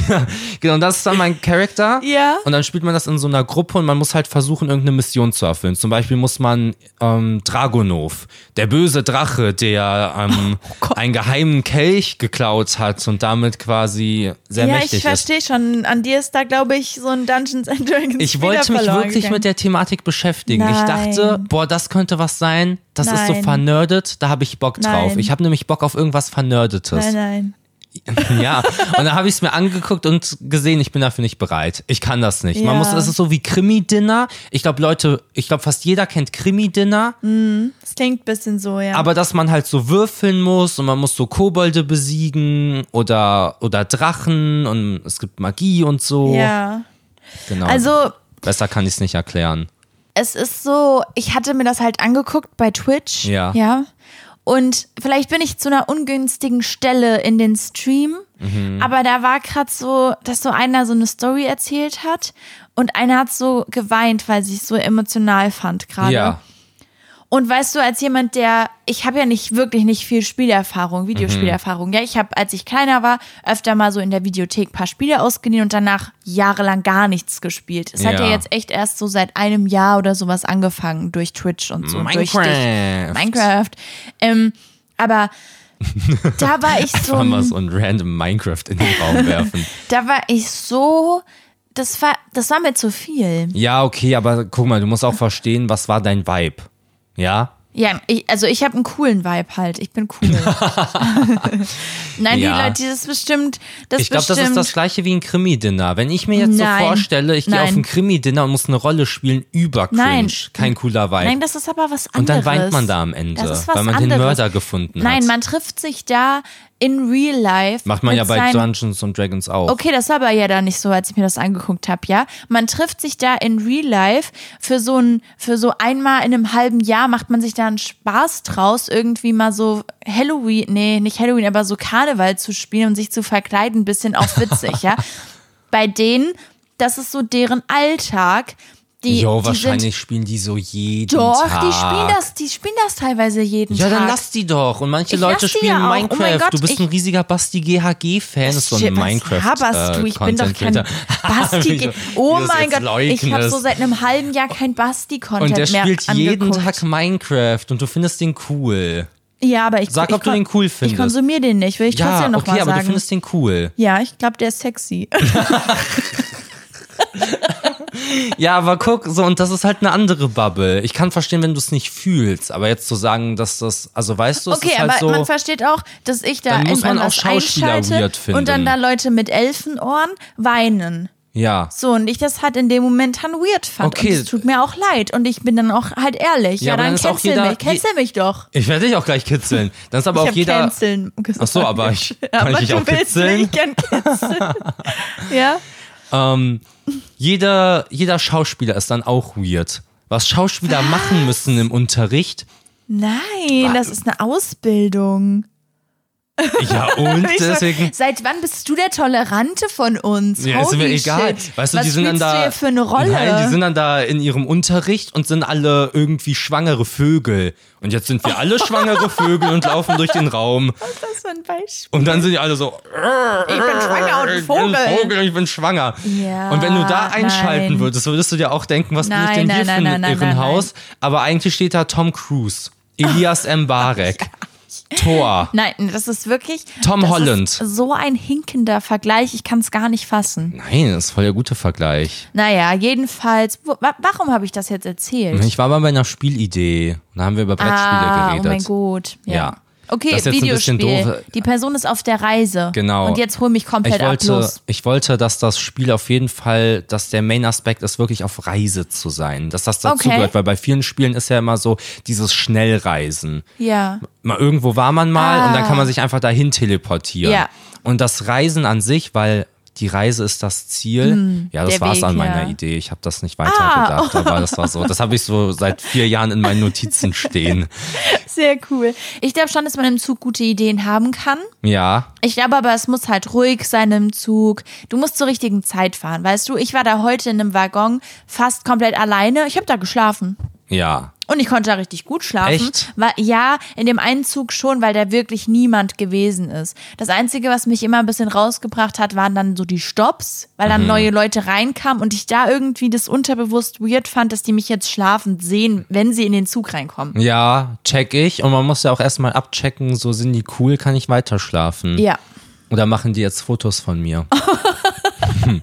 Genau, und das ist dann mein Charakter. Ja. Und dann spielt man das in so einer Gruppe und man muss halt versuchen, irgendeine Mission zu erfüllen. Zum Beispiel muss man ähm, Dragonov, der böse Drache, der ähm, Oh einen geheimen Kelch geklaut hat und damit quasi sehr ja, mächtig ich ist. verstehe schon. An dir ist da, glaube ich, so ein Dungeons and Dragons. Ich wollte mich wirklich mit der Thematik beschäftigen. Ich Nein. dachte, boah, das könnte was sein. Das ist so Nein. vernördet, da habe ich Bock drauf. Nein. Ich habe nämlich Bock auf irgendwas Vernördetes. Nein, nein. (laughs) Ja, und da habe ich es mir angeguckt und gesehen, ich bin dafür nicht bereit. Ich kann das nicht. Ja. Man muss, es ist so wie Krimi-Dinner. Ich glaube, Leute, ich glaube, fast jeder kennt Krimi-Dinner, Mhm. Das klingt ein bisschen so, ja. aber dass man halt so würfeln muss und man muss so Kobolde besiegen oder, oder Drachen und es gibt Magie und so. ja. Genau. Also, Besser kann ich es nicht erklären. es ist so, ich hatte mir das halt angeguckt bei Twitch. Ja. Ja. Und vielleicht bin ich zu einer ungünstigen Stelle in den Stream, Mhm. aber da war gerade so, dass so einer so eine Story erzählt hat und einer hat so geweint, weil sie es so emotional fand gerade. Ja. Und weißt du, als jemand, der, ich habe ja nicht wirklich nicht viel Spielerfahrung, Videospielerfahrung. Ja, ich habe, als ich kleiner war, öfter mal so in der Videothek ein paar Spiele ausgeliehen und danach jahrelang gar nichts gespielt. Es hat ja Ja. jetzt echt erst so seit einem Jahr oder sowas angefangen durch Twitch und so. und Durch dich. Minecraft. Minecraft. Ähm, (laughs) aber da war ich so. Kann man so ein random Minecraft in den Raum werfen. Da war ich so. Das war, das war mir zu viel. (laughs) Ja, okay, aber guck mal, du musst auch verstehen, was war dein Vibe? Ja? Ja, ich, also ich habe einen coolen Vibe halt. Ich bin (laughs) cool. Nein, Ja. die Leute, das ist bestimmt. Das Ich glaube, das ist bestimmt, das gleiche wie ein Krimi-Dinner. Wenn ich mir jetzt Nein. so vorstelle, ich gehe auf Nein. ein Krimi-Dinner und muss eine Rolle spielen über Cringe. Nein. Kein cooler Vibe. Nein, das ist aber was und anderes. dann weint man da am Ende, Das ist was weil man anderes. den Mörder gefunden Nein, hat. man trifft sich da in real life. Macht man mit ja bei seinen- Dungeons und Dragons auch. Okay, das war aber ja da nicht so, als ich mir das angeguckt habe, ja. Man trifft sich da in real life für so ein, für so einmal in einem halben Jahr macht man sich da einen Spaß draus, irgendwie mal so Halloween, nee, nicht Halloween, aber so Karneval zu spielen und sich zu verkleiden, ein bisschen auch witzig, (laughs) ja. Bei denen, das ist so deren Alltag. Die, Jo, die wahrscheinlich spielen die so jeden Sind, doch, Tag. die spielen das, die spielen das teilweise jeden Ja, Tag. dann lass die doch. Und manche Ich lass Leute die spielen ja auch. Oh Minecraft. mein Gott, du bist ich- ein riesiger Basti GHG-Fan. Ist so ein Shit, was Minecraft. Laberst äh, du, ich bin doch kein Content-Creator. (laughs) Wie Basti. du- oh wie du es mein jetzt Gott, ich habe leugnest. so seit einem halben Jahr kein Basti-Content Und mehr der spielt jeden angeguckt. Tag Minecraft und du findest den cool. Ja, aber ich Sag, ich, ob du kon- den cool Ich findest. konsumiere den nicht, will ich Ja, trotzdem noch okay, mal aber du sagen. findest den cool. Ja, ich glaube, der ist sexy. Ja, aber guck, so, und das ist halt eine andere Bubble. Ich kann verstehen, wenn du es nicht fühlst, aber jetzt zu sagen, dass das, also weißt du, es Okay, ist halt aber so. man versteht auch, dass ich da Dann muss man irgendwann auch was Schauspieler einschalte weird finden. und dann da Leute mit Elfenohren weinen. ja. So, und ich das halt in dem Moment dann weird fand. Okay. Und es tut mir auch leid. Und ich bin dann auch halt ehrlich. Ja, Ja, aber dann, dann ist auch cancel jeder- mich. Cancel mich doch. Ich werde dich auch gleich kitzeln. Dann ist aber ich auch hab jeder. canceln gesagt. Ach so, aber ich- kann aber ich dich du auch willst kitzeln? mich gern kitzeln. ja. Ähm, jeder, jeder Schauspieler ist dann auch weird. Was Schauspieler machen müssen im Unterricht. Nein, das ist eine Ausbildung. (laughs) Ja, und Ich sag, deswegen. Seit wann bist du der Tolerante von uns? Ja, Holy ist mir egal. Shit. Weißt du, Was die sind dann spielst da. Du hier für eine Rolle? Nein, die sind dann da in ihrem Unterricht und sind alle irgendwie schwangere Vögel. Und jetzt sind wir alle (laughs) schwangere Vögel und laufen durch den Raum. das ist so ein Beispiel. Und dann sind die alle so. Ich bin schwanger und ein Ich bin Äh, ein Vogel. Vogel, ich bin schwanger. Ja, und wenn du da einschalten nein. würdest, würdest du dir auch denken, was bin ich Nein, denn nein, hier nein, für nein, ein nein, Irrenhaus? Aber eigentlich steht da Tom Cruise, (laughs) Elias M. Barek, Thor. Nein, das ist wirklich. Tom das Holland. Ist so ein hinkender Vergleich. Ich kann es gar nicht fassen. Nein, das ist voll der gute Vergleich. Naja, jedenfalls. Wo, wa- warum habe ich das jetzt erzählt? Ich war mal bei einer Spielidee. Da haben wir über Brettspiele ah, geredet. Oh mein Gott. Ja. Ja. Okay, Das ist jetzt ein bisschen Videospiel. doof. Die Person ist auf der Reise. Genau. Und jetzt hol mich komplett ich wollte, ab. Los. Ich wollte, dass das Spiel auf jeden Fall, dass der Main-Aspekt ist, wirklich auf Reise zu sein. Dass das dazu Okay. gehört, weil bei vielen Spielen ist ja immer so dieses Schnellreisen. Ja. Mal irgendwo war man mal und dann Ah. kann man sich einfach dahin teleportieren. Ja. Und das Reisen an sich, weil die Reise ist das Ziel. ja, das Hm, der war's Weg, an meiner ja. Ah. Idee. Ich habe das nicht weitergedacht, aber das war so. Das habe ich so seit vier Jahren in (laughs) meinen Notizen stehen. Sehr cool. Ich glaube schon, dass man im Zug gute Ideen haben kann. Ja, Ich glaube aber, es muss halt ruhig sein im Zug. Du musst zur richtigen Zeit fahren. Weißt du, ich war da heute in einem Waggon fast komplett alleine. Ich habe da geschlafen. ja. Und ich konnte da richtig gut schlafen. Echt? War, ja, in dem einen Zug schon, weil da wirklich niemand gewesen ist. Das Einzige, was mich immer ein bisschen rausgebracht hat, waren dann so die Stops, weil Mhm. dann neue Leute reinkamen und ich da irgendwie das unterbewusst weird fand, dass die mich jetzt schlafend sehen, wenn sie in den Zug reinkommen. Mhm. Ja, check ich. Und man muss ja auch erstmal abchecken, so sind die cool, kann ich weiterschlafen. Ja. Oder machen die jetzt Fotos (laughs) von mir? Hm.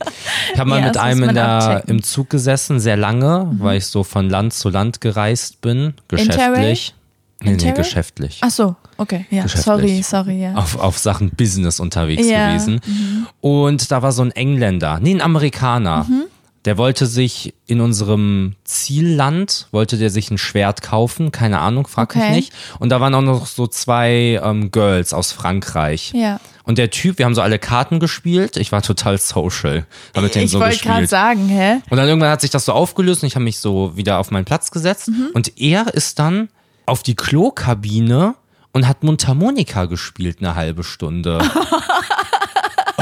ich habe mal Ja, mit das muss einem in man der, abchecken. Mhm. im Zug gesessen, sehr lange, weil ich so von Land zu Land gereist bin, geschäftlich. Nee, nee, Interrail? geschäftlich. Ach so. okay, ja, sorry, geschäftlich. sorry, Ah, ja. auf, auf Sachen Business unterwegs Ja. mhm. gewesen. Und da war so ein Engländer, nee, ein Amerikaner. Der wollte sich in unserem Zielland, wollte der sich ein Schwert kaufen, keine Ahnung, frag Okay. mich nicht. Und da waren auch noch so zwei ähm, Girls aus Frankreich. Ja. Und der Typ, wir haben so alle Karten gespielt. Ich war total social. Hab mit denen Ich so wollte gerade gespielt. sagen, hä? Und dann irgendwann hat sich das so aufgelöst und ich habe mich so wieder auf meinen Platz gesetzt. Mhm. Und er ist dann auf die Klokabine und hat Mundharmonika gespielt eine (laughs) halbe Stunde.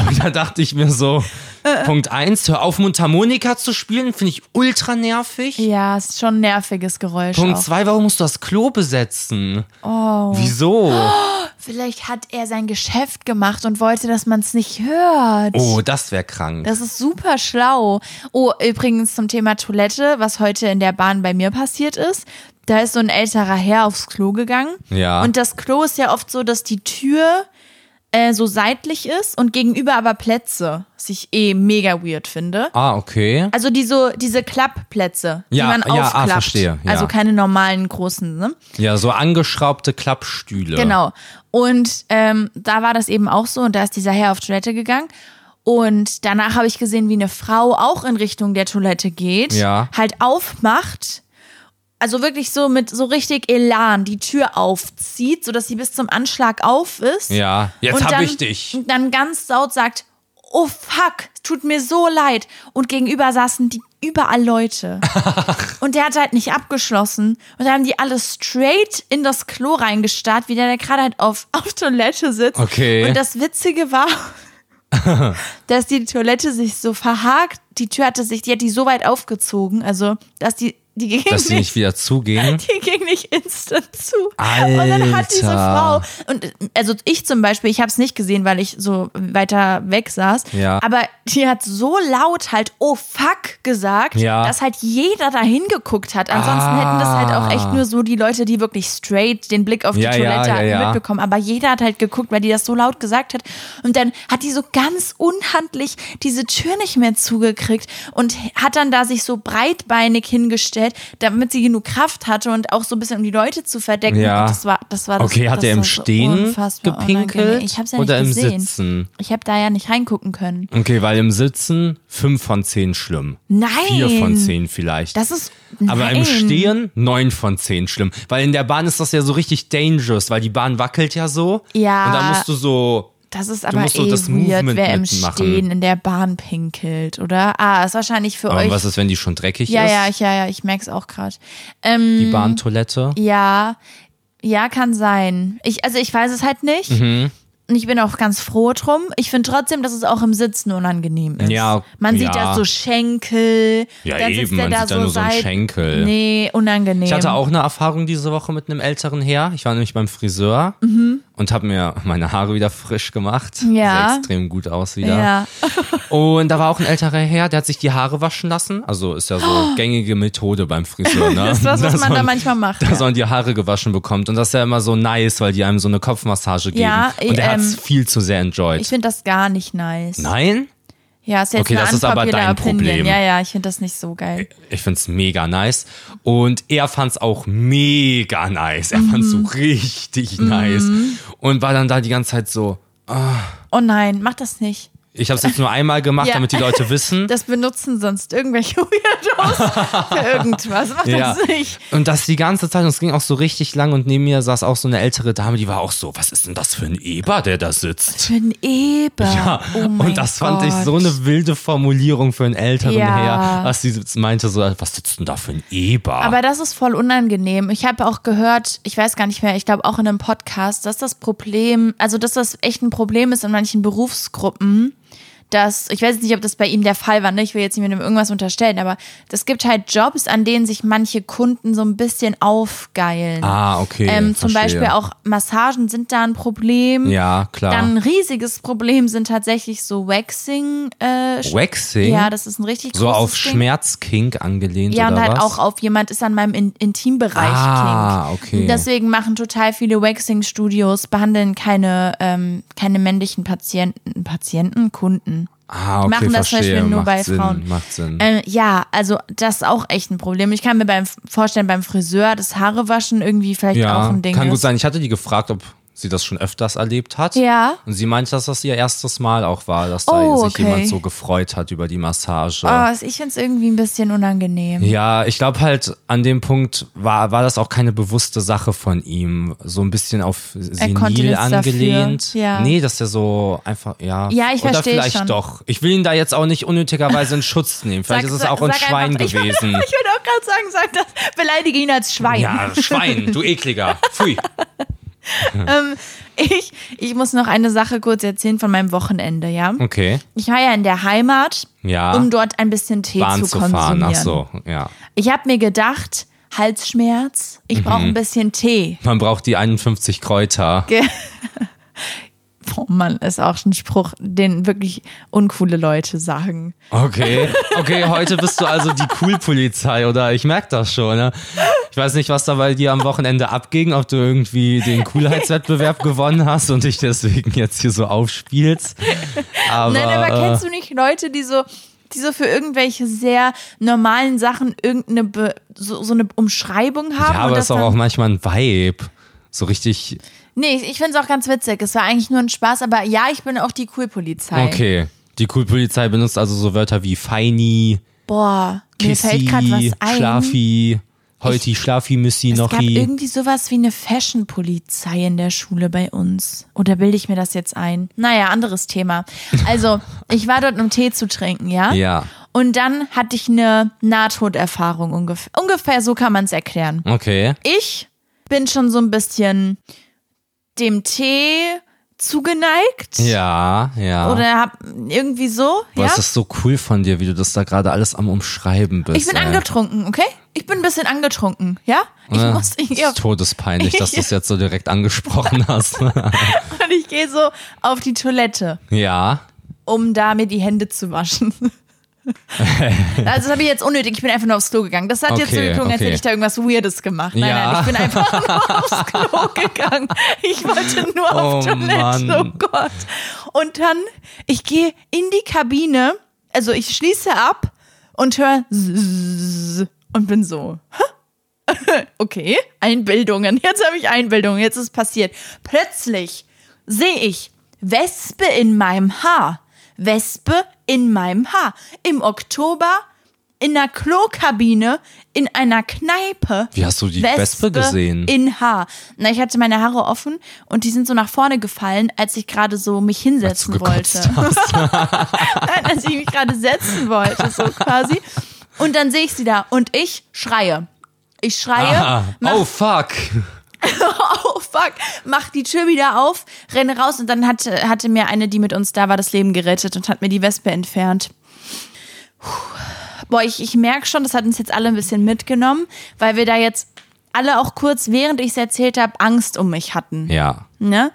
und da dachte ich mir so, Äh, Punkt eins, hör auf Mundharmonika zu spielen, finde ich ultra nervig. Ja, ist schon ein nerviges Geräusch. Punkt Auch. Oh. zwei, warum musst du das Klo besetzen? Wieso? (gasps) Vielleicht hat er sein Geschäft gemacht und wollte, dass man es nicht hört. Oh, das wäre krank. Das ist super schlau. Oh, übrigens zum Thema Toilette, was heute in der Bahn bei mir passiert ist. Da ist so ein älterer Herr aufs Klo gegangen. Ja. Und das Klo ist ja oft so, dass die Tür äh, so seitlich ist und gegenüber aber Plätze, was ich eh mega weird finde. ah, okay. Also die so, diese Klappplätze, Ja, die man ja, ah, aufklappt. verstehe, ja. Also keine normalen großen, ne? Ja, so angeschraubte Klappstühle. Genau. Und ähm, da war das eben auch so und da ist dieser Herr auf Toilette gegangen. Und danach habe ich gesehen, wie eine Frau auch in Richtung der Toilette geht, Ja. halt aufmacht. Also wirklich so mit so richtig Elan die Tür aufzieht, sodass sie bis zum Anschlag auf ist. Ja, jetzt Und hab dann- (laughs) ich dich. Und dann ganz laut sagt, oh fuck, tut mir so leid. Und gegenüber saßen die überall (laughs) Leute. und der hat halt nicht abgeschlossen. Und da haben die alle straight in das Klo reingestarrt, wie der, der gerade halt auf, (laughs) auf Toilette sitzt. Okay. Und das Witzige (laughs) war, dass die Toilette sich so verhakt, die Tür hatte sich, die hat die so weit aufgezogen, also, dass die, die ging Dass sie nicht nicht wieder (laughs) zugehen. die ging nicht instant zu. Alter. Und dann hat diese Frau, und also ich zum Beispiel, ich habe es nicht gesehen, weil ich so weiter weg saß, Ja. aber die hat so laut halt, oh fuck, gesagt, Ja. dass halt jeder da hingeguckt hat. Ansonsten Ah. hätten das halt auch echt nur so die Leute, die wirklich straight den Blick auf die Ja, ja, Toilette hatten, ja, ja. mitbekommen. Aber jeder hat halt geguckt, weil die das so laut gesagt hat. Und dann hat die so ganz unhandlich diese Tür nicht mehr zugekriegt und hat dann da sich so breitbeinig hingestellt, damit sie genug Kraft hatte und auch so ein bisschen um die Leute zu verdecken. Ja. Und Das war, das war das, Okay, hat das er im war so Stehen unfassbar gepinkelt unangenehm. Ich hab's ja oder nicht im gesehen. Sitzen? Ich habe da ja nicht reingucken können. Okay, weil im Sitzen 5 von 10 schlimm. Nein. 4 von 10 vielleicht. Das ist aber nein. im Stehen 9 von 10 schlimm. Weil in der Bahn ist das ja so richtig dangerous, weil die Bahn wackelt ja so. Ja. Und da musst du so. Das ist aber musst so eh das weird, Movement wer im mitmachen. Stehen in der Bahn pinkelt, oder? Ah, ist wahrscheinlich für Aber euch. ähm, was ist, wenn die schon dreckig ja, ist? ja, ich, ja, ja, ich merk's auch Ähm, gerade. die Bahntoilette? Ja, ja, kann sein. Ich, also ich weiß es halt nicht. Mhm. Und ich bin auch ganz froh drum. Ich finde trotzdem, dass es auch im Sitzen unangenehm ist. Ja, Man sieht ja. da so Schenkel. Ja, dann sitzt eben, der man da sieht so da nur so einen seit- Schenkel. Nee, unangenehm. Ich hatte auch eine Erfahrung diese Woche mit einem älteren Herr. Ich war nämlich beim Friseur und habe mir meine Haare wieder frisch gemacht. Mhm. Ja. Sieht extrem gut aus wieder. Ja. Und da war auch ein älterer Herr, der hat sich die Haare waschen lassen. Also ist ja so gängige Methode (laughs) beim Friseur, ne? Oh. Das ist das, was Dass man da manchmal macht, Dass ja. man die Haare gewaschen bekommt. Und das ist ja immer so nice, weil die einem so eine Kopfmassage geben. Ja, und er ähm, hat es viel zu sehr Ich enjoyed. finde das gar nicht nice. Nein? Ja, ist jetzt Okay, eine das ist aber unpopular dein Opinion. Problem. Äh. Ja, ja, ich finde das nicht so geil. Ich find's mega nice. Und er fand's auch mega nice. Er fand's Mhm. so richtig nice. Und war dann da die ganze Zeit so. Oh nein, mach das nicht. Ich habe es jetzt nur einmal gemacht, Ja. damit (laughs) die Leute wissen. Das benutzen sonst irgendwelche (laughs) Weirdos für irgendwas. Mach Ja. das nicht. Und das die ganze Zeit, und es ging auch so richtig lang und neben mir saß auch so eine ältere Dame, die war auch so, was ist denn das für ein Eber, der da sitzt? Für einen Eber. Ja, oh mein und das fand Gott. ich so eine wilde Formulierung für einen älteren Ja. Herr, dass sie meinte so, was sitzt denn da für ein Eber? Aber das ist voll unangenehm. Ich habe auch gehört, ich weiß gar nicht mehr, ich glaube auch in einem Podcast, dass das Problem, also dass das echt ein Problem ist in manchen Berufsgruppen, dass, ich weiß jetzt nicht, ob das bei ihm der Fall war, ne? ich will jetzt niemandem irgendwas unterstellen, aber es gibt halt Jobs, an denen sich manche Kunden so ein bisschen aufgeilen. ah, okay. ähm, zum verstehe. Beispiel auch Massagen sind da ein Problem. Ja, klar. Dann ein riesiges Problem sind tatsächlich so Waxing-Stellen. Äh, Waxing, ja, das ist ein richtig so großes auf Ding. Schmerzkink angelehnt Ja, oder und halt was? auch auf jemand ist an meinem In Intimbereich Ah, klingt. okay. Und Deswegen machen total viele Waxing-Studios, behandeln keine, ähm, keine männlichen Patienten, Patienten, Kunden. ah, okay, machen das zum verstehe. Beispiel nur macht bei Sinn, Frauen. Macht Sinn. Ähm, ja, also das ist auch echt ein Problem. Ich kann mir beim, vorstellen, beim Friseur das Haare waschen irgendwie vielleicht ja, auch ein Ding kann ist. gut sein. Ich hatte die gefragt, ob sie das schon öfters erlebt hat. Ja. Und sie meinte, dass das ihr erstes Mal auch war, dass da Oh, sich okay. jemand so gefreut hat über die Massage. Oh, ich finde es irgendwie ein bisschen unangenehm. Ja, ich glaube halt, an dem Punkt war, war das auch keine bewusste Sache von ihm. So ein bisschen auf konnte senil nichts angelehnt. dafür, ja. Nee, dass er so einfach, ja. Ja, ich Oder versteh vielleicht schon. doch. Ich will ihn da jetzt auch nicht unnötigerweise in (laughs) Schutz nehmen. Vielleicht ist es auch ein Schwein einfach, Ich (laughs) gewesen. (laughs) würde, (laughs) ich würde auch gerade sagen, sag das, beleidige ihn als Schwein. Ja, (laughs) Schwein, du ekliger. Pfui. Ähm, Ich, ich muss noch eine Sache kurz erzählen von meinem Wochenende, ja? Okay. Ich war ja in der Heimat, Ja. um dort ein bisschen Tee Bahn zu zu konsumieren. fahren, ach so, ja. Ich habe mir gedacht, Halsschmerz, ich brauche Mhm. ein bisschen Tee. Man braucht die 51 Kräuter. Oh Mann, ist auch ein Spruch, den wirklich uncoole Leute sagen. Okay, okay, heute bist du also die Cool-Polizei, oder? Ich merke das schon. Ne? Ich weiß nicht, was da bei dir am Wochenende abging, ob du irgendwie den Coolheitswettbewerb gewonnen hast und dich deswegen jetzt hier so aufspielst. Aber, Nein, aber äh, kennst du nicht Leute, die so, die so für irgendwelche sehr normalen Sachen irgendeine Be so, so eine Umschreibung haben? ja, und aber das es ist auch, dann- auch manchmal ein Vibe. So richtig, Nee, ich finde es auch ganz witzig. Es war eigentlich nur ein Spaß, aber ja, ich bin auch die Cool-Polizei. okay. Die Cool-Polizei benutzt also so Wörter wie Feini, Boah, mir fällt Kissi, gerade was ein. Schlafi, Heuti, Schlafi, Müssi, es gab Nochi. irgendwie sowas wie eine Fashion-Polizei in der Schule bei uns. Oder bilde ich mir das jetzt ein? Naja, anderes Thema. (laughs) Also, ich war dort, um Tee zu trinken, ja? Ja. Und dann hatte ich eine Nahtoderfahrung ungefähr. Ungefähr so kann man es erklären. Okay. ich bin schon so ein bisschen dem Tee zugeneigt Ja, ja. oder hab irgendwie so, Boah, ja. ist das so cool von dir, wie du das da gerade alles am Umschreiben bist. Ich bin ey. angetrunken, okay? Ich bin ein bisschen angetrunken, ja? Ich Ja, muss (laughs) ich, ist todespeinlich, dass (laughs) du es jetzt so direkt angesprochen hast. und ich gehe so auf die Toilette, ja. um da mir die Hände zu (laughs) waschen. also das habe ich jetzt unnötig, ich bin einfach nur aufs Klo gegangen. Das hat jetzt so Okay, geklungen, als okay. hätte ich da irgendwas Weirdes gemacht. Nein, Ja. nein, ich bin einfach (laughs) nur aufs Klo gegangen. Ich wollte nur auf Oh, Toilette, Mann. oh Gott. Und dann, ich gehe in die Kabine, also ich schließe ab und höre zzzz und bin so, hä? okay, Einbildungen. (laughs) Jetzt habe ich Einbildungen, jetzt ist passiert. Plötzlich sehe ich Wespe in meinem Haar. Wespe in meinem Haar. Im Oktober in einer Klokabine, in einer Kneipe. Wie hast du die Wespe gesehen? In Haar. Na, ich hatte meine Haare offen und die sind so nach vorne gefallen, als ich gerade so mich Als du hinsetzen wollte. gekotzt hast. (laughs) Nein, als ich mich gerade setzen wollte, so quasi. Und dann sehe ich sie da und ich schreie. Ich schreie, Ah, mach oh fuck. (laughs) oh fuck, mach die Tür wieder auf, renne raus und dann hatte, hatte mir eine, die mit uns da war, das Leben gerettet und hat mir die Wespe entfernt. Puh. Boah, ich, ich merke schon, das hat uns jetzt alle ein bisschen mitgenommen, weil wir da jetzt alle auch kurz, während ich es erzählt habe, Angst um mich hatten. Ja. Ne?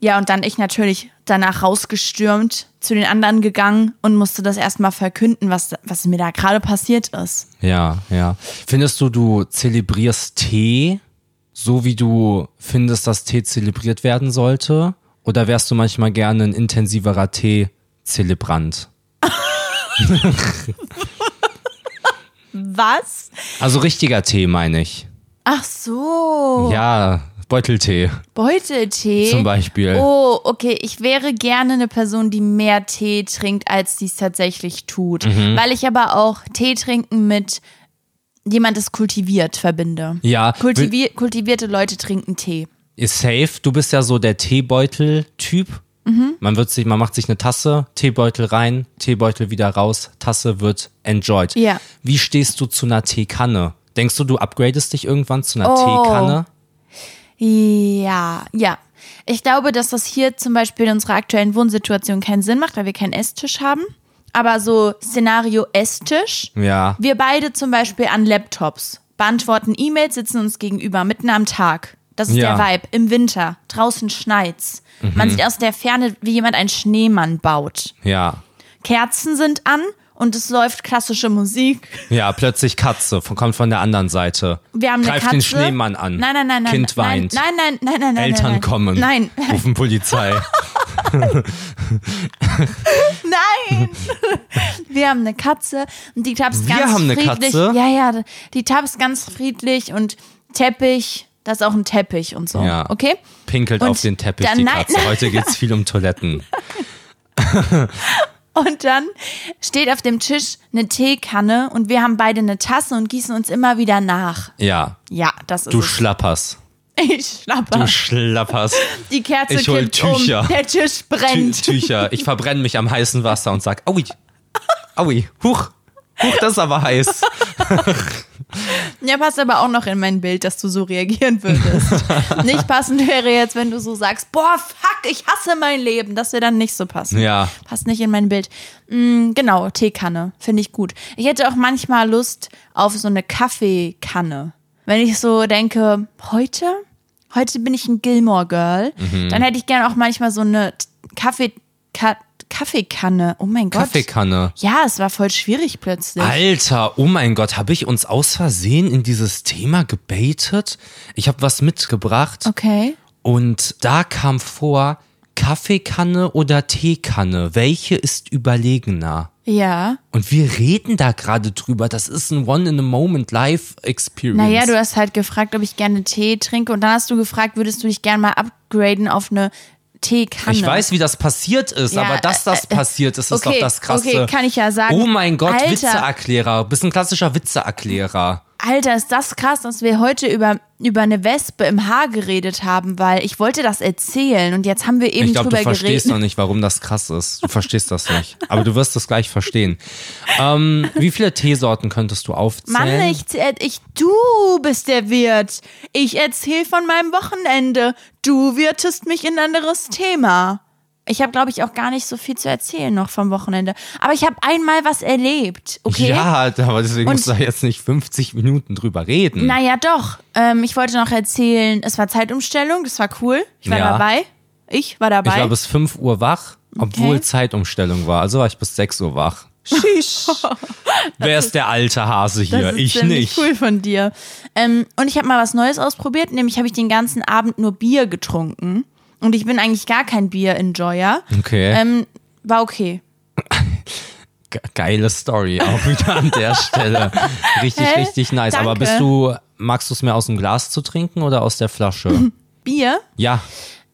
Ja, und dann ich natürlich danach rausgestürmt, zu den anderen gegangen und musste das erstmal verkünden, was, was mir da gerade passiert ist. Ja, ja. Findest du, du zelebrierst Tee, so wie du findest, dass Tee zelebriert werden sollte? Oder wärst du manchmal gerne ein intensiverer Tee-Zelebrant? Was? Also richtiger Tee, meine ich. Ach so. Ja, Beuteltee. Beuteltee. Zum Beispiel. Oh, okay. Ich wäre gerne eine Person, die mehr Tee trinkt, als sie es tatsächlich tut. Mhm. Weil ich aber auch Tee trinken mit jemand ist kultiviert verbinde. Ja, will- Kultivier kultivierte Leute trinken Tee. ist safe. Du bist ja so der Teebeutel-Typ. Mhm. Man wird sich, man macht sich eine Tasse, Teebeutel rein, Teebeutel wieder raus, Tasse wird enjoyed. Ja. Wie stehst du zu einer Teekanne? Denkst du, du upgradest dich irgendwann zu einer Oh. Teekanne? Ja, ja. Ich glaube, dass das hier zum Beispiel in unserer aktuellen Wohnsituation keinen Sinn macht, weil wir keinen Esstisch haben. Aber so Szenario Esstisch. Ja. Wir beide zum Beispiel an Laptops, beantworten E-Mails, sitzen uns gegenüber, mitten am Tag. Das ist Ja. Mhm. der Vibe. Im Winter, draußen schneit's. Man sieht aus der Ferne, wie jemand einen Schneemann baut. Ja. Kerzen sind an und es läuft klassische Musik. Ja, plötzlich Katze, von, kommt von der anderen Seite. Wir haben Greift eine Katze. den Schneemann an. Nein, nein, nein, nein. Kind nein, weint. Nein, nein, nein, nein, nein. Eltern nein, nein. kommen. Oh. Nein, Rufen Polizei. nein. (laughs) Wir haben eine Katze und die tapst Wir ganz haben eine friedlich. Katze? Ja, ja, die tapst ganz friedlich und Teppich, Da ist auch ein Teppich und so. Ja. Okay? Pinkelt Und auf den Teppich dann- die nein, Katze. nein. Heute geht's viel (laughs) um Toiletten. Und dann steht auf dem Tisch eine Teekanne und wir haben beide eine Tasse und gießen uns immer wieder nach. Ja, Ja, das ist Ah. du es. Schlappers. (laughs) Ich schlapper. (laughs) Du Schlappers. Die Kerze Ich hol kippt Tücher. um, der Tisch Tü brennt. Tücher. Ich verbrenne mich am heißen Wasser und sag, aui, aui, huch, huch, das ist aber (laughs) heiß. Ja, passt aber auch noch in mein Bild, dass du so reagieren würdest. nicht passend wäre jetzt, wenn du so sagst, boah, fuck, ich hasse mein Leben. Das wäre dann nicht so passend. Ja. Passt nicht in mein Bild. Mm, genau, Teekanne. Finde ich gut. Ich hätte auch manchmal Lust auf so eine Kaffeekanne. Wenn ich so denke, heute, heute bin ich ein Gilmore Girl, dann hätte ich gern auch manchmal so eine Kaffee, Ka Kaffeekanne. Oh mein Gott. Kaffeekanne. Ja, es war voll schwierig plötzlich. Alter, oh mein Gott, habe ich uns aus Versehen in dieses Thema gebaitet? Ich habe was mitgebracht Okay. und da kam vor, Kaffeekanne oder Teekanne, welche ist überlegener? Ja. Und wir reden da gerade drüber, das ist ein One-in-a-Moment-Life-Experience. Naja, du hast halt gefragt, ob ich gerne Tee trinke und dann hast du gefragt, würdest du dich gerne mal upgraden auf eine Teekanne? Ich weiß, wie das passiert ist, Ja, aber dass das äh, äh, passiert ist, ist okay, doch das Krasse. okay, kann ich ja sagen. Oh mein Gott, Alter. Witzeerklärer. Bist ein klassischer Witzeerklärer. Alter, ist das krass, dass wir heute über, über eine Wespe im Haar geredet haben, weil ich wollte das erzählen und jetzt haben wir eben Ich glaube, du drüber verstehst geredet. noch nicht, warum das krass ist. Du verstehst das nicht. Aber du wirst das gleich verstehen. Ähm, wie viele Teesorten könntest du aufzählen? Mann, ich, zäh- ich, du bist der Wirt. Ich erzähl von meinem Wochenende. Du wirtest mich in ein anderes Thema. Ich habe, glaube ich, auch gar nicht so viel zu erzählen noch vom Wochenende. Aber ich habe einmal was erlebt, okay? Ja, aber deswegen Und- musst du da jetzt nicht 50 Minuten drüber reden. Naja, doch. Ähm, ich wollte noch erzählen, es war Zeitumstellung, das war cool. Ich war Ja. dabei. Ich war ich dabei. war bis 5 Uhr wach, obwohl Okay. Zeitumstellung war. Also war ich bis 6 Uhr wach. (laughs) Wer ist der alte Hase das hier? ist Ich ziemlich nicht. cool von dir. Ähm, und ich habe mal was Neues ausprobiert, nämlich habe ich den ganzen Abend nur Bier getrunken. Und ich bin eigentlich gar kein Bier-Enjoyer. Okay. Ähm, war okay. Ge- geile Story, auch wieder an (laughs) der Stelle. Richtig, Hä? richtig nice. Aber Danke. bist du, magst du es mehr aus dem Glas zu trinken oder aus (laughs) der Flasche? Bier? ja,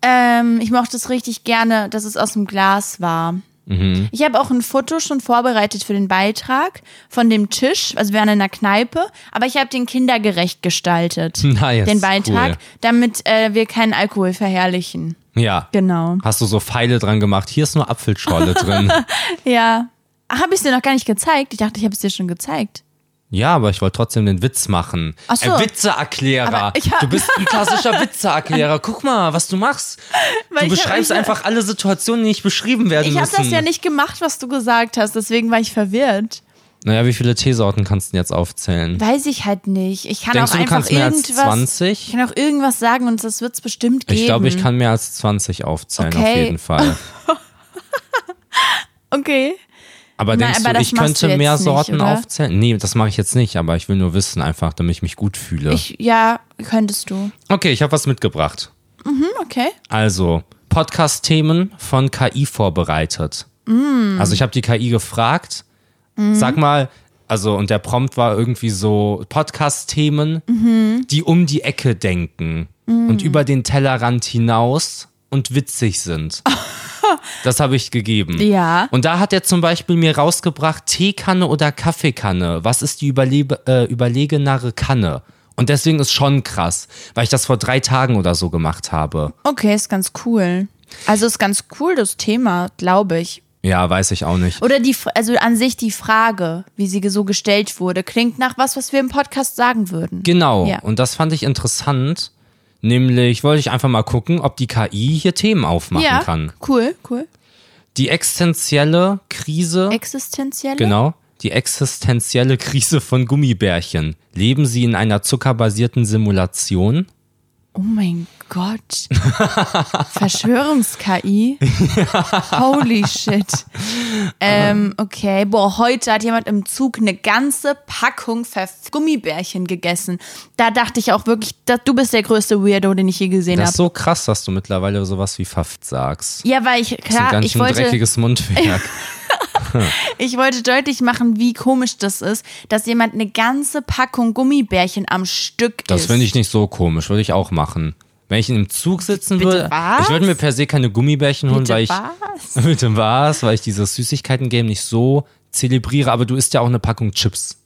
Ähm, ich mochte es richtig gerne, dass es aus dem Glas war. Mhm. Ich habe auch ein Foto schon vorbereitet für den Beitrag von dem Tisch. Also wir waren in einer Kneipe, aber ich habe den kindergerecht gestaltet. (laughs) Nice, Den Beitrag, cool. damit äh, wir keinen Alkohol verherrlichen. ja. Genau. Hast du so Pfeile dran gemacht? Hier ist nur Apfelschorle (laughs) drin. Ja. Habe ich es dir noch gar nicht gezeigt? Ich dachte, ich habe es dir schon gezeigt. Ja, aber ich wollte trotzdem den Witz machen. Ach so. Ein Witzeerklärer. Aber ich hab- Du bist (laughs) ein klassischer Witzeerklärer. Guck mal, was du machst. Weil Du ich hab beschreibst mich- einfach alle Situationen, die nicht beschrieben werden Ich habe müssen. das ja nicht gemacht, was du gesagt hast, deswegen war ich verwirrt. Naja, wie viele Teesorten kannst du denn jetzt aufzählen? Weiß ich halt nicht. Ich kann Denkst auch du, du einfach kannst mehr als irgendwas. 20? Ich kann auch irgendwas sagen und das wird's bestimmt geben. Ich glaube, ich kann mehr als 20 aufzählen, auf Okay. jeden Fall. Okay. Aber Nein, denkst aber du, das ich machst du könnte jetzt mehr nicht, Sorten oder? aufzählen? Nee, das mache ich jetzt nicht, aber ich will nur wissen einfach, damit ich mich gut fühle. Ich, ja, könntest du. okay, ich habe was mitgebracht. Okay. Also, Podcast-Themen von KI vorbereitet. Also ich habe die KI gefragt, sag mal, also und der Prompt war irgendwie so Podcast-Themen, die um die Ecke denken und über den Tellerrand hinaus und witzig sind. Das habe ich gegeben. Ja. Und da hat er zum Beispiel mir rausgebracht, Teekanne oder Kaffeekanne. Was ist die überlebe, äh, überlegenere Kanne? Und deswegen ist schon krass, weil ich das vor drei Tagen oder so gemacht habe. Okay, ist ganz cool. Also ist ganz cool das Thema, glaube ich. Ja, weiß ich auch nicht. Oder die, Fra- also an sich die Frage, wie sie so gestellt wurde, klingt nach was, was wir im Podcast sagen würden. Genau. Ja. Und das fand ich interessant. Nämlich wollte ich einfach mal gucken, ob die KI hier Themen aufmachen ja, kann. cool, cool. Die existenzielle Krise. Existenzielle? Genau. Die existenzielle Krise von Gummibärchen. Leben sie in einer zuckerbasierten Simulation? Oh mein Gott. (laughs) Verschwörungs-KI? Holy shit. Ähm, okay, boah, heute hat jemand im Zug eine ganze Packung Verf Gummibärchen gegessen. Da dachte ich auch wirklich, da- du bist der größte Weirdo, den ich je gesehen Das ist habe. so krass, dass du mittlerweile sowas wie verft sagst. Ja, weil ich, Das ist ein klar, ganz ich schön wollte, (laughs) dreckiges Mundwerk. Ich wollte deutlich machen, wie komisch das ist, dass jemand eine ganze Packung Gummibärchen am Stück Das isst. finde ich nicht so komisch, würde ich auch machen. Wenn ich in einem Zug sitzen Bitte würde, was? ich würde mir per se keine Gummibärchen holen, Bitte weil ich was? (laughs) bitte was, weil ich dieses Süßigkeiten-Game nicht so zelebriere, aber du isst ja auch eine Packung Chips.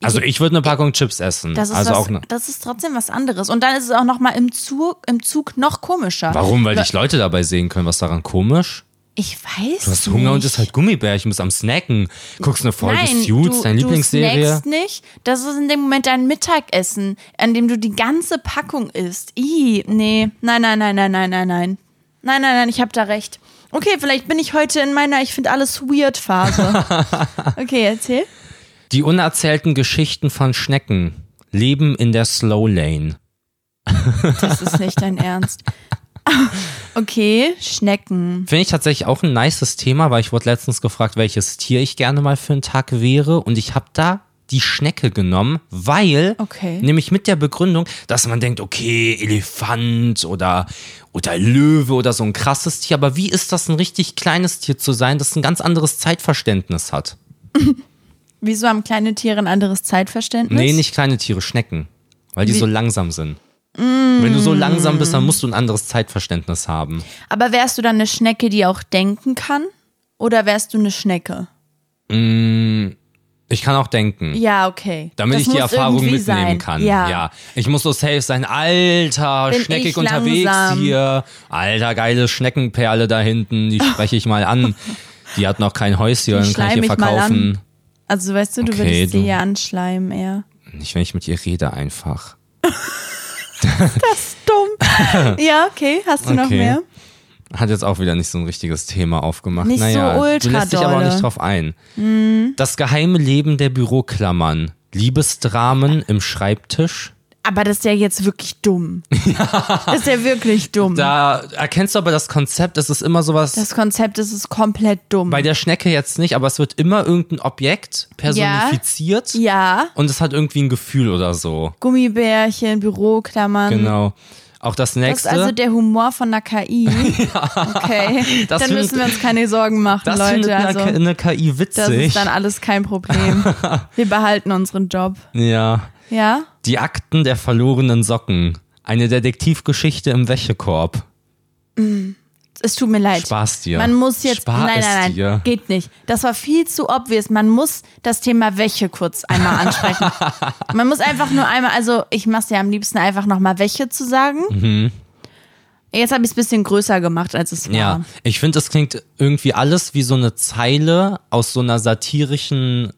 Also ich würde eine Packung Chips essen. Das ist, also was, auch eine, das ist trotzdem was anderes. Und dann ist es auch nochmal im Zug, im Zug noch komischer. Warum? Weil dich Leute dabei sehen können. Was ist daran komisch? Ich weiß Du hast Hunger und nicht. isst halt Gummibärchen, bist am Snacken. Guckst eine Folge Nein, Suits, du, deine Du Lieblingsserie. snackst nicht. Das ist in dem Moment dein Mittagessen, an dem du die ganze Packung isst. I, nee. Nein, nein, nein, nein, nein, nein, nein. Nein, nein, nein, ich hab da recht. Okay, vielleicht bin ich heute in meiner ich finde alles weird (laughs) Phase. Okay, erzähl. Die unerzählten Geschichten von Schnecken. Leben in der Slow Lane. Das ist nicht dein Ernst. (laughs) Okay, Schnecken. Finde ich tatsächlich auch ein nices Thema, weil ich wurde letztens gefragt, welches Tier ich gerne mal für einen Tag wäre. Und ich habe da die Schnecke genommen, weil, Okay. nämlich mit der Begründung, dass man denkt, okay, Elefant oder, oder Löwe oder so ein krasses Tier. Aber wie ist das, ein richtig kleines Tier zu sein, das ein ganz anderes Zeitverständnis hat? Wieso haben kleine Tiere ein anderes Zeitverständnis? Nee, nicht kleine Tiere, Schnecken. Weil die so langsam sind. Wenn du so langsam bist, dann musst du ein anderes Zeitverständnis haben. Aber wärst du dann eine Schnecke, die auch denken kann? Oder wärst du eine Schnecke? Ich kann auch denken. Ja, okay. Damit Das ich die muss Erfahrung irgendwie mitnehmen sein. kann. Ja. Ich muss so safe sein. Alter, Bin schneckig ich unterwegs langsam. hier. Alter, geile Schneckenperle da hinten. Die spreche ich mal an. Die hat noch kein Häuschen, Oh. Die kann ich schleim ihr ich mal verkaufen. Also weißt du, du Okay, würdest du- die ja anschleimen eher. Nicht, wenn ich mit ihr rede einfach. (laughs) Dumm. ja, okay. Hast du noch Okay. mehr? Hat jetzt auch wieder nicht so ein richtiges Thema aufgemacht. Nicht so Mhm. naja, du ultra lässt dich aber auch dolle. nicht drauf ein. Das geheime Leben der Büroklammern. Liebesdramen im Schreibtisch. Aber das ist ja jetzt wirklich (laughs) dumm. Das ist ja wirklich dumm. Da Hm? erkennst du aber das Konzept, es ist immer sowas. das Konzept ist es komplett dumm. bei der Schnecke jetzt nicht, aber es wird immer irgendein Objekt personifiziert ja, Mhm. und es hat irgendwie ein Gefühl oder so. Gummibärchen, Büroklammern. Genau. Auch das Das ist nächste. also der Humor von einer (laughs) KI. Okay, dann Das findet- müssen wir uns keine Sorgen machen, das findet Leute. eine, Also, eine KI das ist witzig. dann alles kein (laughs) Problem. Wir behalten unseren Job. Ja. Ja? Die Akten der verlorenen Socken. Eine Detektivgeschichte im Wäschekorb. Es tut mir leid. Spaß dir. Man muss jetzt. Spar nein, es nein, nein. dir. Geht nicht. Das war viel zu obvious. Man muss das Thema Wäsche kurz einmal (laughs) ansprechen. Man muss einfach nur einmal, also ich mach's ja am liebsten einfach nochmal Wäsche zu sagen. Jetzt habe ich es ein bisschen größer gemacht, als es war. Mhm. Ja, ich finde, es klingt irgendwie alles wie so eine Zeile aus so einer satirischen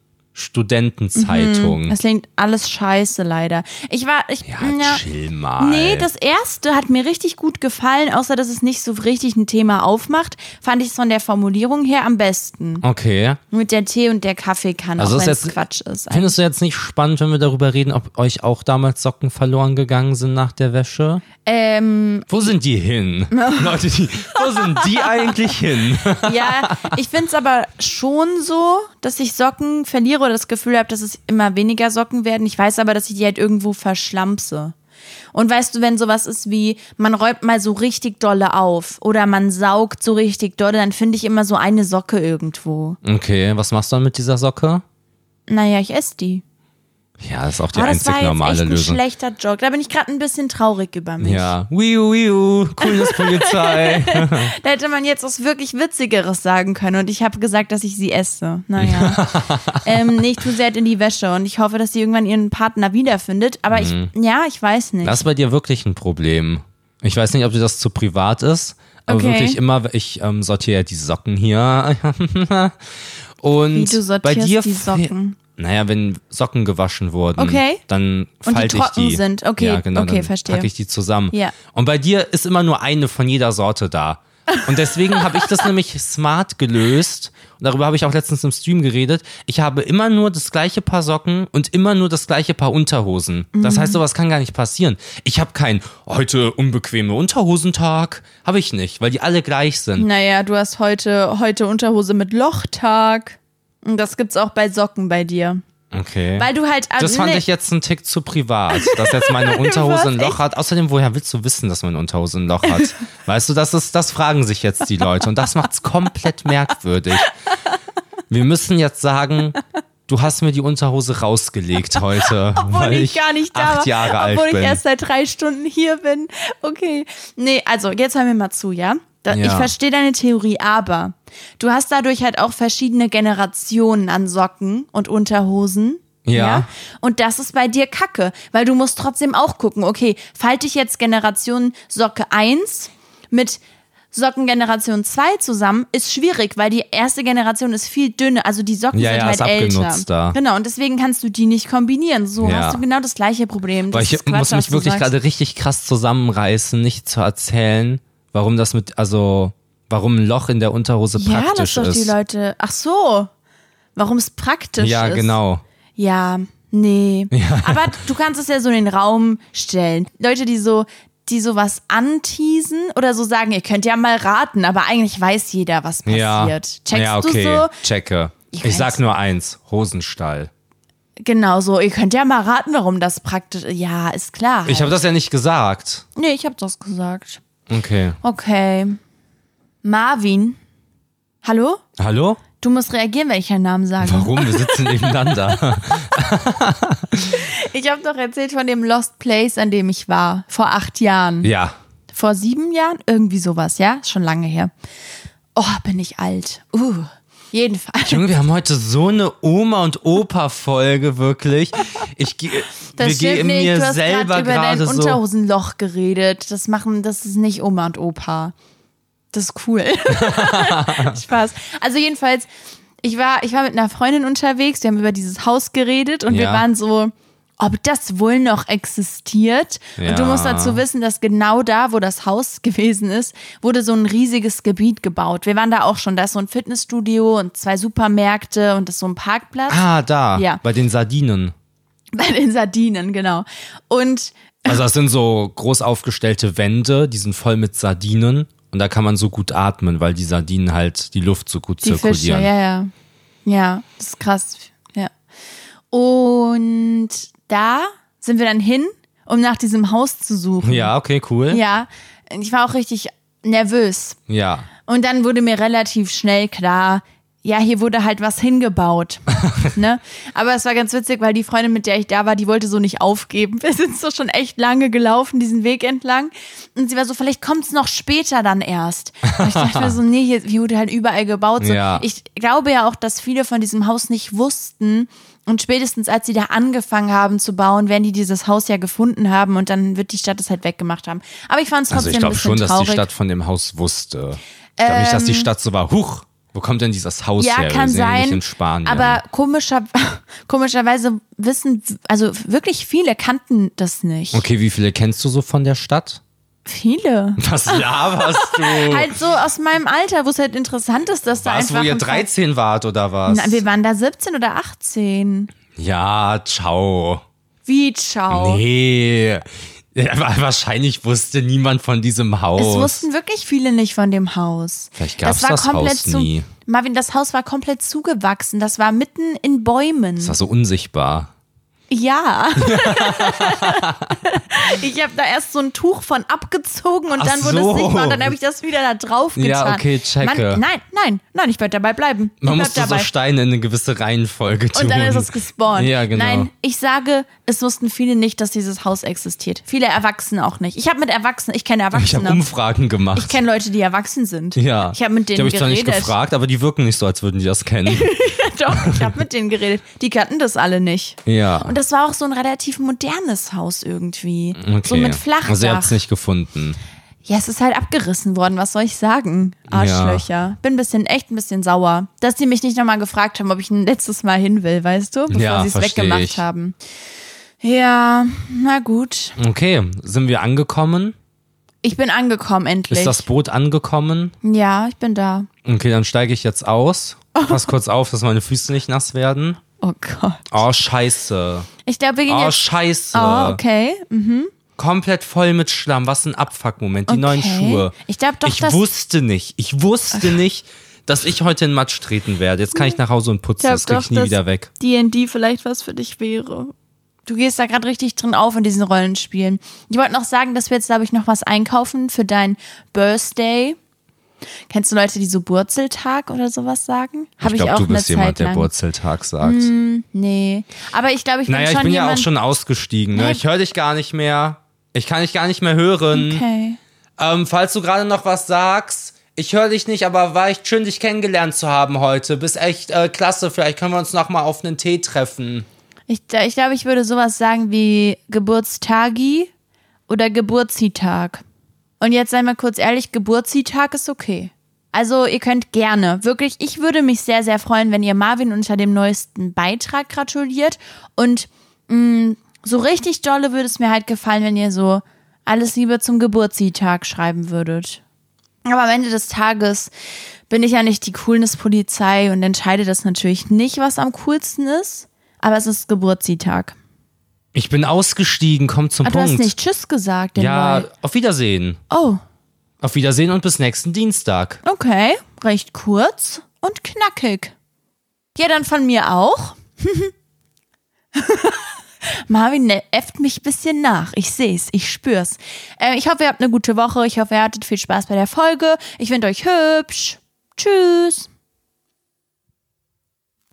Studentenzeitung. Das klingt alles scheiße, leider. Ich war. Ich, ja, Mhm. halt ja. chill mal. Nee, das erste hat mir richtig gut gefallen, außer dass es nicht so richtig ein Thema aufmacht. Fand ich es von der Formulierung her am besten. okay. Mit der Tee- und der Kaffeekanne, Also auch ist wenn es jetzt- Quatsch ist. Findest du jetzt nicht spannend, wenn wir darüber reden, ob euch auch damals Socken verloren gegangen sind nach der Wäsche? Ähm, Wo sind die (laughs) hin? Leute, die, wo sind die eigentlich hin? Ja, ich find's aber schon so, dass ich Socken verliere oder das Gefühl habe, dass es immer weniger Socken werden. Ich weiß aber, dass ich die halt irgendwo verschlampse. Und weißt du, wenn sowas ist wie, man räumt mal so richtig dolle auf oder man saugt so richtig dolle, dann finde ich immer so eine Socke irgendwo. Okay, was machst du dann mit dieser Socke? Naja, ich esse die. Ja, das ist auch die aber Ah, das war einzig jetzt echt normale ein Lösung. schlechter Joke. Da bin ich gerade ein bisschen traurig über mich. Ja, wiu, wiu, cooles (laughs) Polizei. Da hätte man jetzt was wirklich Witzigeres sagen können und ich habe gesagt, dass ich sie esse. (laughs) Naja. ähm, nee, ich tue sie halt in die Wäsche und ich hoffe, dass sie irgendwann ihren Partner wiederfindet. Aber Mhm. ich, ja, ich weiß nicht. Das ist bei dir wirklich ein Problem. Ich weiß nicht, ob dir das zu privat ist, aber Okay. wirklich immer, ich ähm, sortiere ja die Socken hier. (laughs) Und Wie, du sortierst bei dir die fe- Socken? Naja, wenn Socken gewaschen wurden, Okay. dann Und die falte ich trocken die. sind. Okay, ja, genau, okay, dann verstehe. Packe ich die zusammen. Ja. Und bei dir ist immer nur eine von jeder Sorte da. Und deswegen habe ich das nämlich smart gelöst. Und darüber habe ich auch letztens im Stream geredet. Ich habe immer nur das gleiche Paar Socken und immer nur das gleiche Paar Unterhosen. Das heißt, sowas kann gar nicht passieren. Ich habe keinen heute unbequeme Unterhosentag. Habe ich nicht, weil die alle gleich sind. naja, du hast heute, heute Unterhose mit Lochtag. Und das gibt's auch bei Socken bei dir. Okay. Weil du halt. Das fand nee, ich jetzt einen Tick zu privat, dass jetzt (laughs) meine Unterhose ein Loch hat. Außerdem, woher willst du wissen, dass meine Unterhose ein (laughs) Loch hat? Weißt du, das ist, das fragen sich jetzt die Leute und das macht's komplett merkwürdig. Wir müssen jetzt sagen, du hast mir die Unterhose rausgelegt heute. (laughs) Obwohl weil ich, gar nicht da acht Jahre war. alt obwohl bin. ich erst seit drei Stunden hier bin. Okay. Nee, also jetzt hören wir mal zu, ja? Da, Ja. Ich verstehe deine Theorie, aber du hast dadurch halt auch verschiedene Generationen an Socken und Unterhosen. Ja. Und das ist bei dir Kacke, weil du musst trotzdem auch gucken, okay, falte ich jetzt Generation Socke 1 mit Socken Generation 2 zusammen, ist schwierig, weil die erste Generation ist viel dünner, also die Socken Ja, sind ja, halt ist älter. abgenutzt da. Genau, und deswegen kannst du die nicht kombinieren. So Ja. hast du genau das gleiche Problem. Das Weil ich ist Quatsch, muss was mich du wirklich sagst. gerade richtig krass zusammenreißen, nicht zu erzählen, warum das mit, also, warum ein Loch in der Unterhose Ja, lass praktisch doch die ist. Leute. Ach so, warum es praktisch ja, ist. genau. Ja, (laughs) nee. Aber du kannst es ja so in den Raum stellen. Leute, die so die sowas anteasen oder so sagen, ihr könnt ja mal raten, aber eigentlich weiß jeder, was passiert. Ja. Checkst ja, okay. du so? Checke. Ich Ich sag weiß- nur eins: Hosenstall. Genau so, ihr könnt ja mal raten, warum das praktisch Ja, ist klar. Halt. Ich habe das ja nicht gesagt. nee, ich habe das gesagt. Okay. Okay. Marvin. Hallo? Hallo? Du musst reagieren, wenn ich deinen Namen sage. Warum? Wir sitzen nebeneinander. (laughs) Ich habe doch erzählt von dem Lost Place, an dem ich war. Vor acht Jahren. ja. Vor sieben Jahren? Irgendwie sowas, ja? Ist Schon lange her. Oh, bin ich alt. Uh, jedenfalls. Junge, wir haben heute so eine Oma- und Opa-Folge, wirklich. Ich gehe Das wir gehen stimmt nicht. mir du hast grad selber über dein gerade so. Unterhosenloch geredet. Das machen, das ist nicht Oma und Opa. Das ist cool. (laughs) Spaß. Also jedenfalls, ich war, ich war mit einer Freundin unterwegs. Wir haben über dieses Haus geredet und wir Ja. waren so, ob das wohl noch existiert. Und du Ja. musst dazu wissen, dass genau da, wo das Haus (laughs) gewesen ist, wurde so ein riesiges Gebiet gebaut. Wir waren da auch schon. Da ist so ein Fitnessstudio und zwei Supermärkte und das ist so ein Parkplatz Ah, da. Ja. Bei den Sardinen. (laughs) bei den Sardinen, genau. Und Also das sind so groß aufgestellte Wände, die sind voll mit Sardinen und da kann man so gut atmen, weil die Sardinen halt die Luft so gut Die Fische, zirkulieren. ja, ja. Ja, das ist krass. Ja. Und da sind wir dann hin, um nach diesem Haus zu suchen. Ja, okay, cool. Ja. Ich war auch richtig nervös. Ja. Und dann wurde mir relativ schnell klar, ja, hier wurde halt was (laughs) hingebaut. ne? Aber es war ganz witzig, weil die Freundin, mit der ich da war, die wollte so nicht aufgeben. (laughs) Wir sind so schon echt lange gelaufen, diesen Weg entlang. Und sie war so, vielleicht kommt's noch später dann erst. Und ich dachte mir so, nee, hier, hier wurde halt überall gebaut. So, Ja. Ich glaube ja auch, dass viele von diesem Haus nicht wussten. Und spätestens als sie da angefangen haben zu bauen, werden die dieses Haus ja gefunden haben und dann wird die Stadt es halt weggemacht haben. Aber ich fand es Also trotzdem ich ein glaube bisschen schon, dass traurig. Ähm, die Stadt von dem Haus wusste. Ich glaube nicht, dass die Stadt so war, huch, wo kommt denn dieses Haus Ja, her? kann Wir sind ja sein. nicht in Spanien. Aber komischer, (laughs) komischerweise wissen, also wirklich viele kannten das nicht. okay, wie viele kennst du so von der Stadt? Viele. (laughs) Was laberst (laughs) du? Halt so aus meinem Alter, wo es halt interessant ist, dass da Was, einfach. wo ihr ein paar- 13 wart oder was? Nein, wir waren da 17 oder 18. ja, ciao. Wie, ciao. Nee. (laughs) Ja, wa- Wahrscheinlich wusste niemand von diesem Haus. Es wussten wirklich viele nicht von dem Haus. Vielleicht gab's war das komplett Haus nie. Marvin, das Haus war komplett zugewachsen. Das war mitten in Bäumen. Das war so unsichtbar. Ja. (laughs) ich habe da erst so ein Tuch von abgezogen und Ach dann wurde so. es sichtbar und dann habe ich das wieder da drauf getan. Ja, okay, checke. Mann, nein, nein, nein, ich bleib dabei bleiben. Ich Man bleib musste so dabei. Steine in eine gewisse Reihenfolge tun. und dann ist es gespawnt. Ja, genau. Nein, ich sage, es wussten viele nicht, dass dieses Haus existiert. Viele Erwachsene auch nicht. Ich habe mit Erwachsenen, ich kenne ich habe Erwachsene. Umfragen gemacht. Ich kenne Leute, die erwachsen sind. ja. Ich habe mit Die denen habe ich zwar nicht geredet. gefragt, aber die wirken nicht so, als würden die (laughs) das kennen. Doch, ich habe mit denen geredet. Die kannten das alle nicht. ja. Und das war auch so ein relativ modernes Haus irgendwie. Okay. So mit Flachdach. Also ihr habt es nicht gefunden. Ja, es ist halt abgerissen worden, was soll ich sagen? Arschlöcher. Bin ein bisschen, echt ein bisschen sauer. Dass die mich nicht nochmal gefragt haben, ob ich ein letztes Mal hin will, weißt du? Bevor Ja, sie es versteh weggemacht ich. haben. Ja, na gut. Okay, sind wir angekommen? Ich bin angekommen endlich. Ist das Boot angekommen? ja, ich bin da. Okay, dann steige ich jetzt aus. Pass kurz auf, dass meine Füße nicht nass werden. Oh Gott. Oh, scheiße. Ich glaube, wir gehen Oh, jetzt. scheiße. Oh, okay. Mhm. Komplett voll mit Schlamm. Was ein Abfuck-Moment. Die neuen Schuhe. Ich glaube doch, ich dass. wusste nicht, ich wusste nicht, dass ich heute in Matsch treten werde. Jetzt kann ich nach Hause und putzen, Ich das krieg glaub ich nie doch, wieder dass weg. D&D vielleicht was für dich wäre. Du gehst da gerade richtig drin auf in diesen Rollenspielen. Ich wollte noch sagen, dass wir jetzt, glaube ich, noch was einkaufen für dein Birthday. Kennst du Leute, die so Burzeltag oder sowas sagen? Habe ich, glaub, auch du bist eine jemand, Zeit lang. Mm. der Wurzeltag sagt. nee. Aber ich glaube, ich bin naja, ich schon bin ja auch jemand. schon ausgestiegen. Ne? Hä? Ich höre dich gar nicht mehr. Ich kann dich gar nicht mehr hören. okay. Ähm, falls du gerade noch was sagst, ich höre dich nicht, aber war echt schön, dich kennengelernt zu haben heute. Bist echt äh, klasse. Vielleicht können wir uns noch mal auf einen Tee treffen. Ich, ich glaube, ich würde sowas sagen wie Geburtstagi oder Geburtstag. Und jetzt sei mal kurz ehrlich, Geburtstag ist okay. Also ihr könnt gerne, wirklich, ich würde mich sehr, sehr freuen, wenn ihr Marvin unter dem neuesten Beitrag gratuliert. Und mh, so richtig dolle würde es mir halt gefallen, wenn ihr so alles Liebe zum Geburtstag schreiben würdet. Aber am Ende des Tages bin ich ja nicht die Coolness-Polizei und entscheide das natürlich nicht, was am coolsten ist. Aber es ist Geburtstag. Ich bin ausgestiegen. Komm zum Ah, du hast nicht Tschüss gesagt, den ja, Leuten. auf Wiedersehen. Oh, Auf Wiedersehen und bis nächsten Dienstag. okay. Recht kurz und knackig. Ja, dann von mir auch. (laughs) Marvin ne- äfft mich ein bisschen nach. Ich seh's, ich spür's. Äh, ich hoffe, ihr habt eine gute Woche. Ich hoffe, ihr hattet viel Spaß bei der Folge. Ich finde euch hübsch. Tschüss.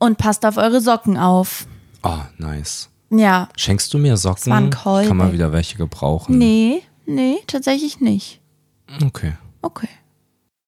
Und passt auf eure Socken auf. Oh, nice. Ja. Schenkst du mir Socken? war ein ich kann mal Callback. wieder welche gebrauchen. Nee, nee, tatsächlich nicht. Okay. Okay.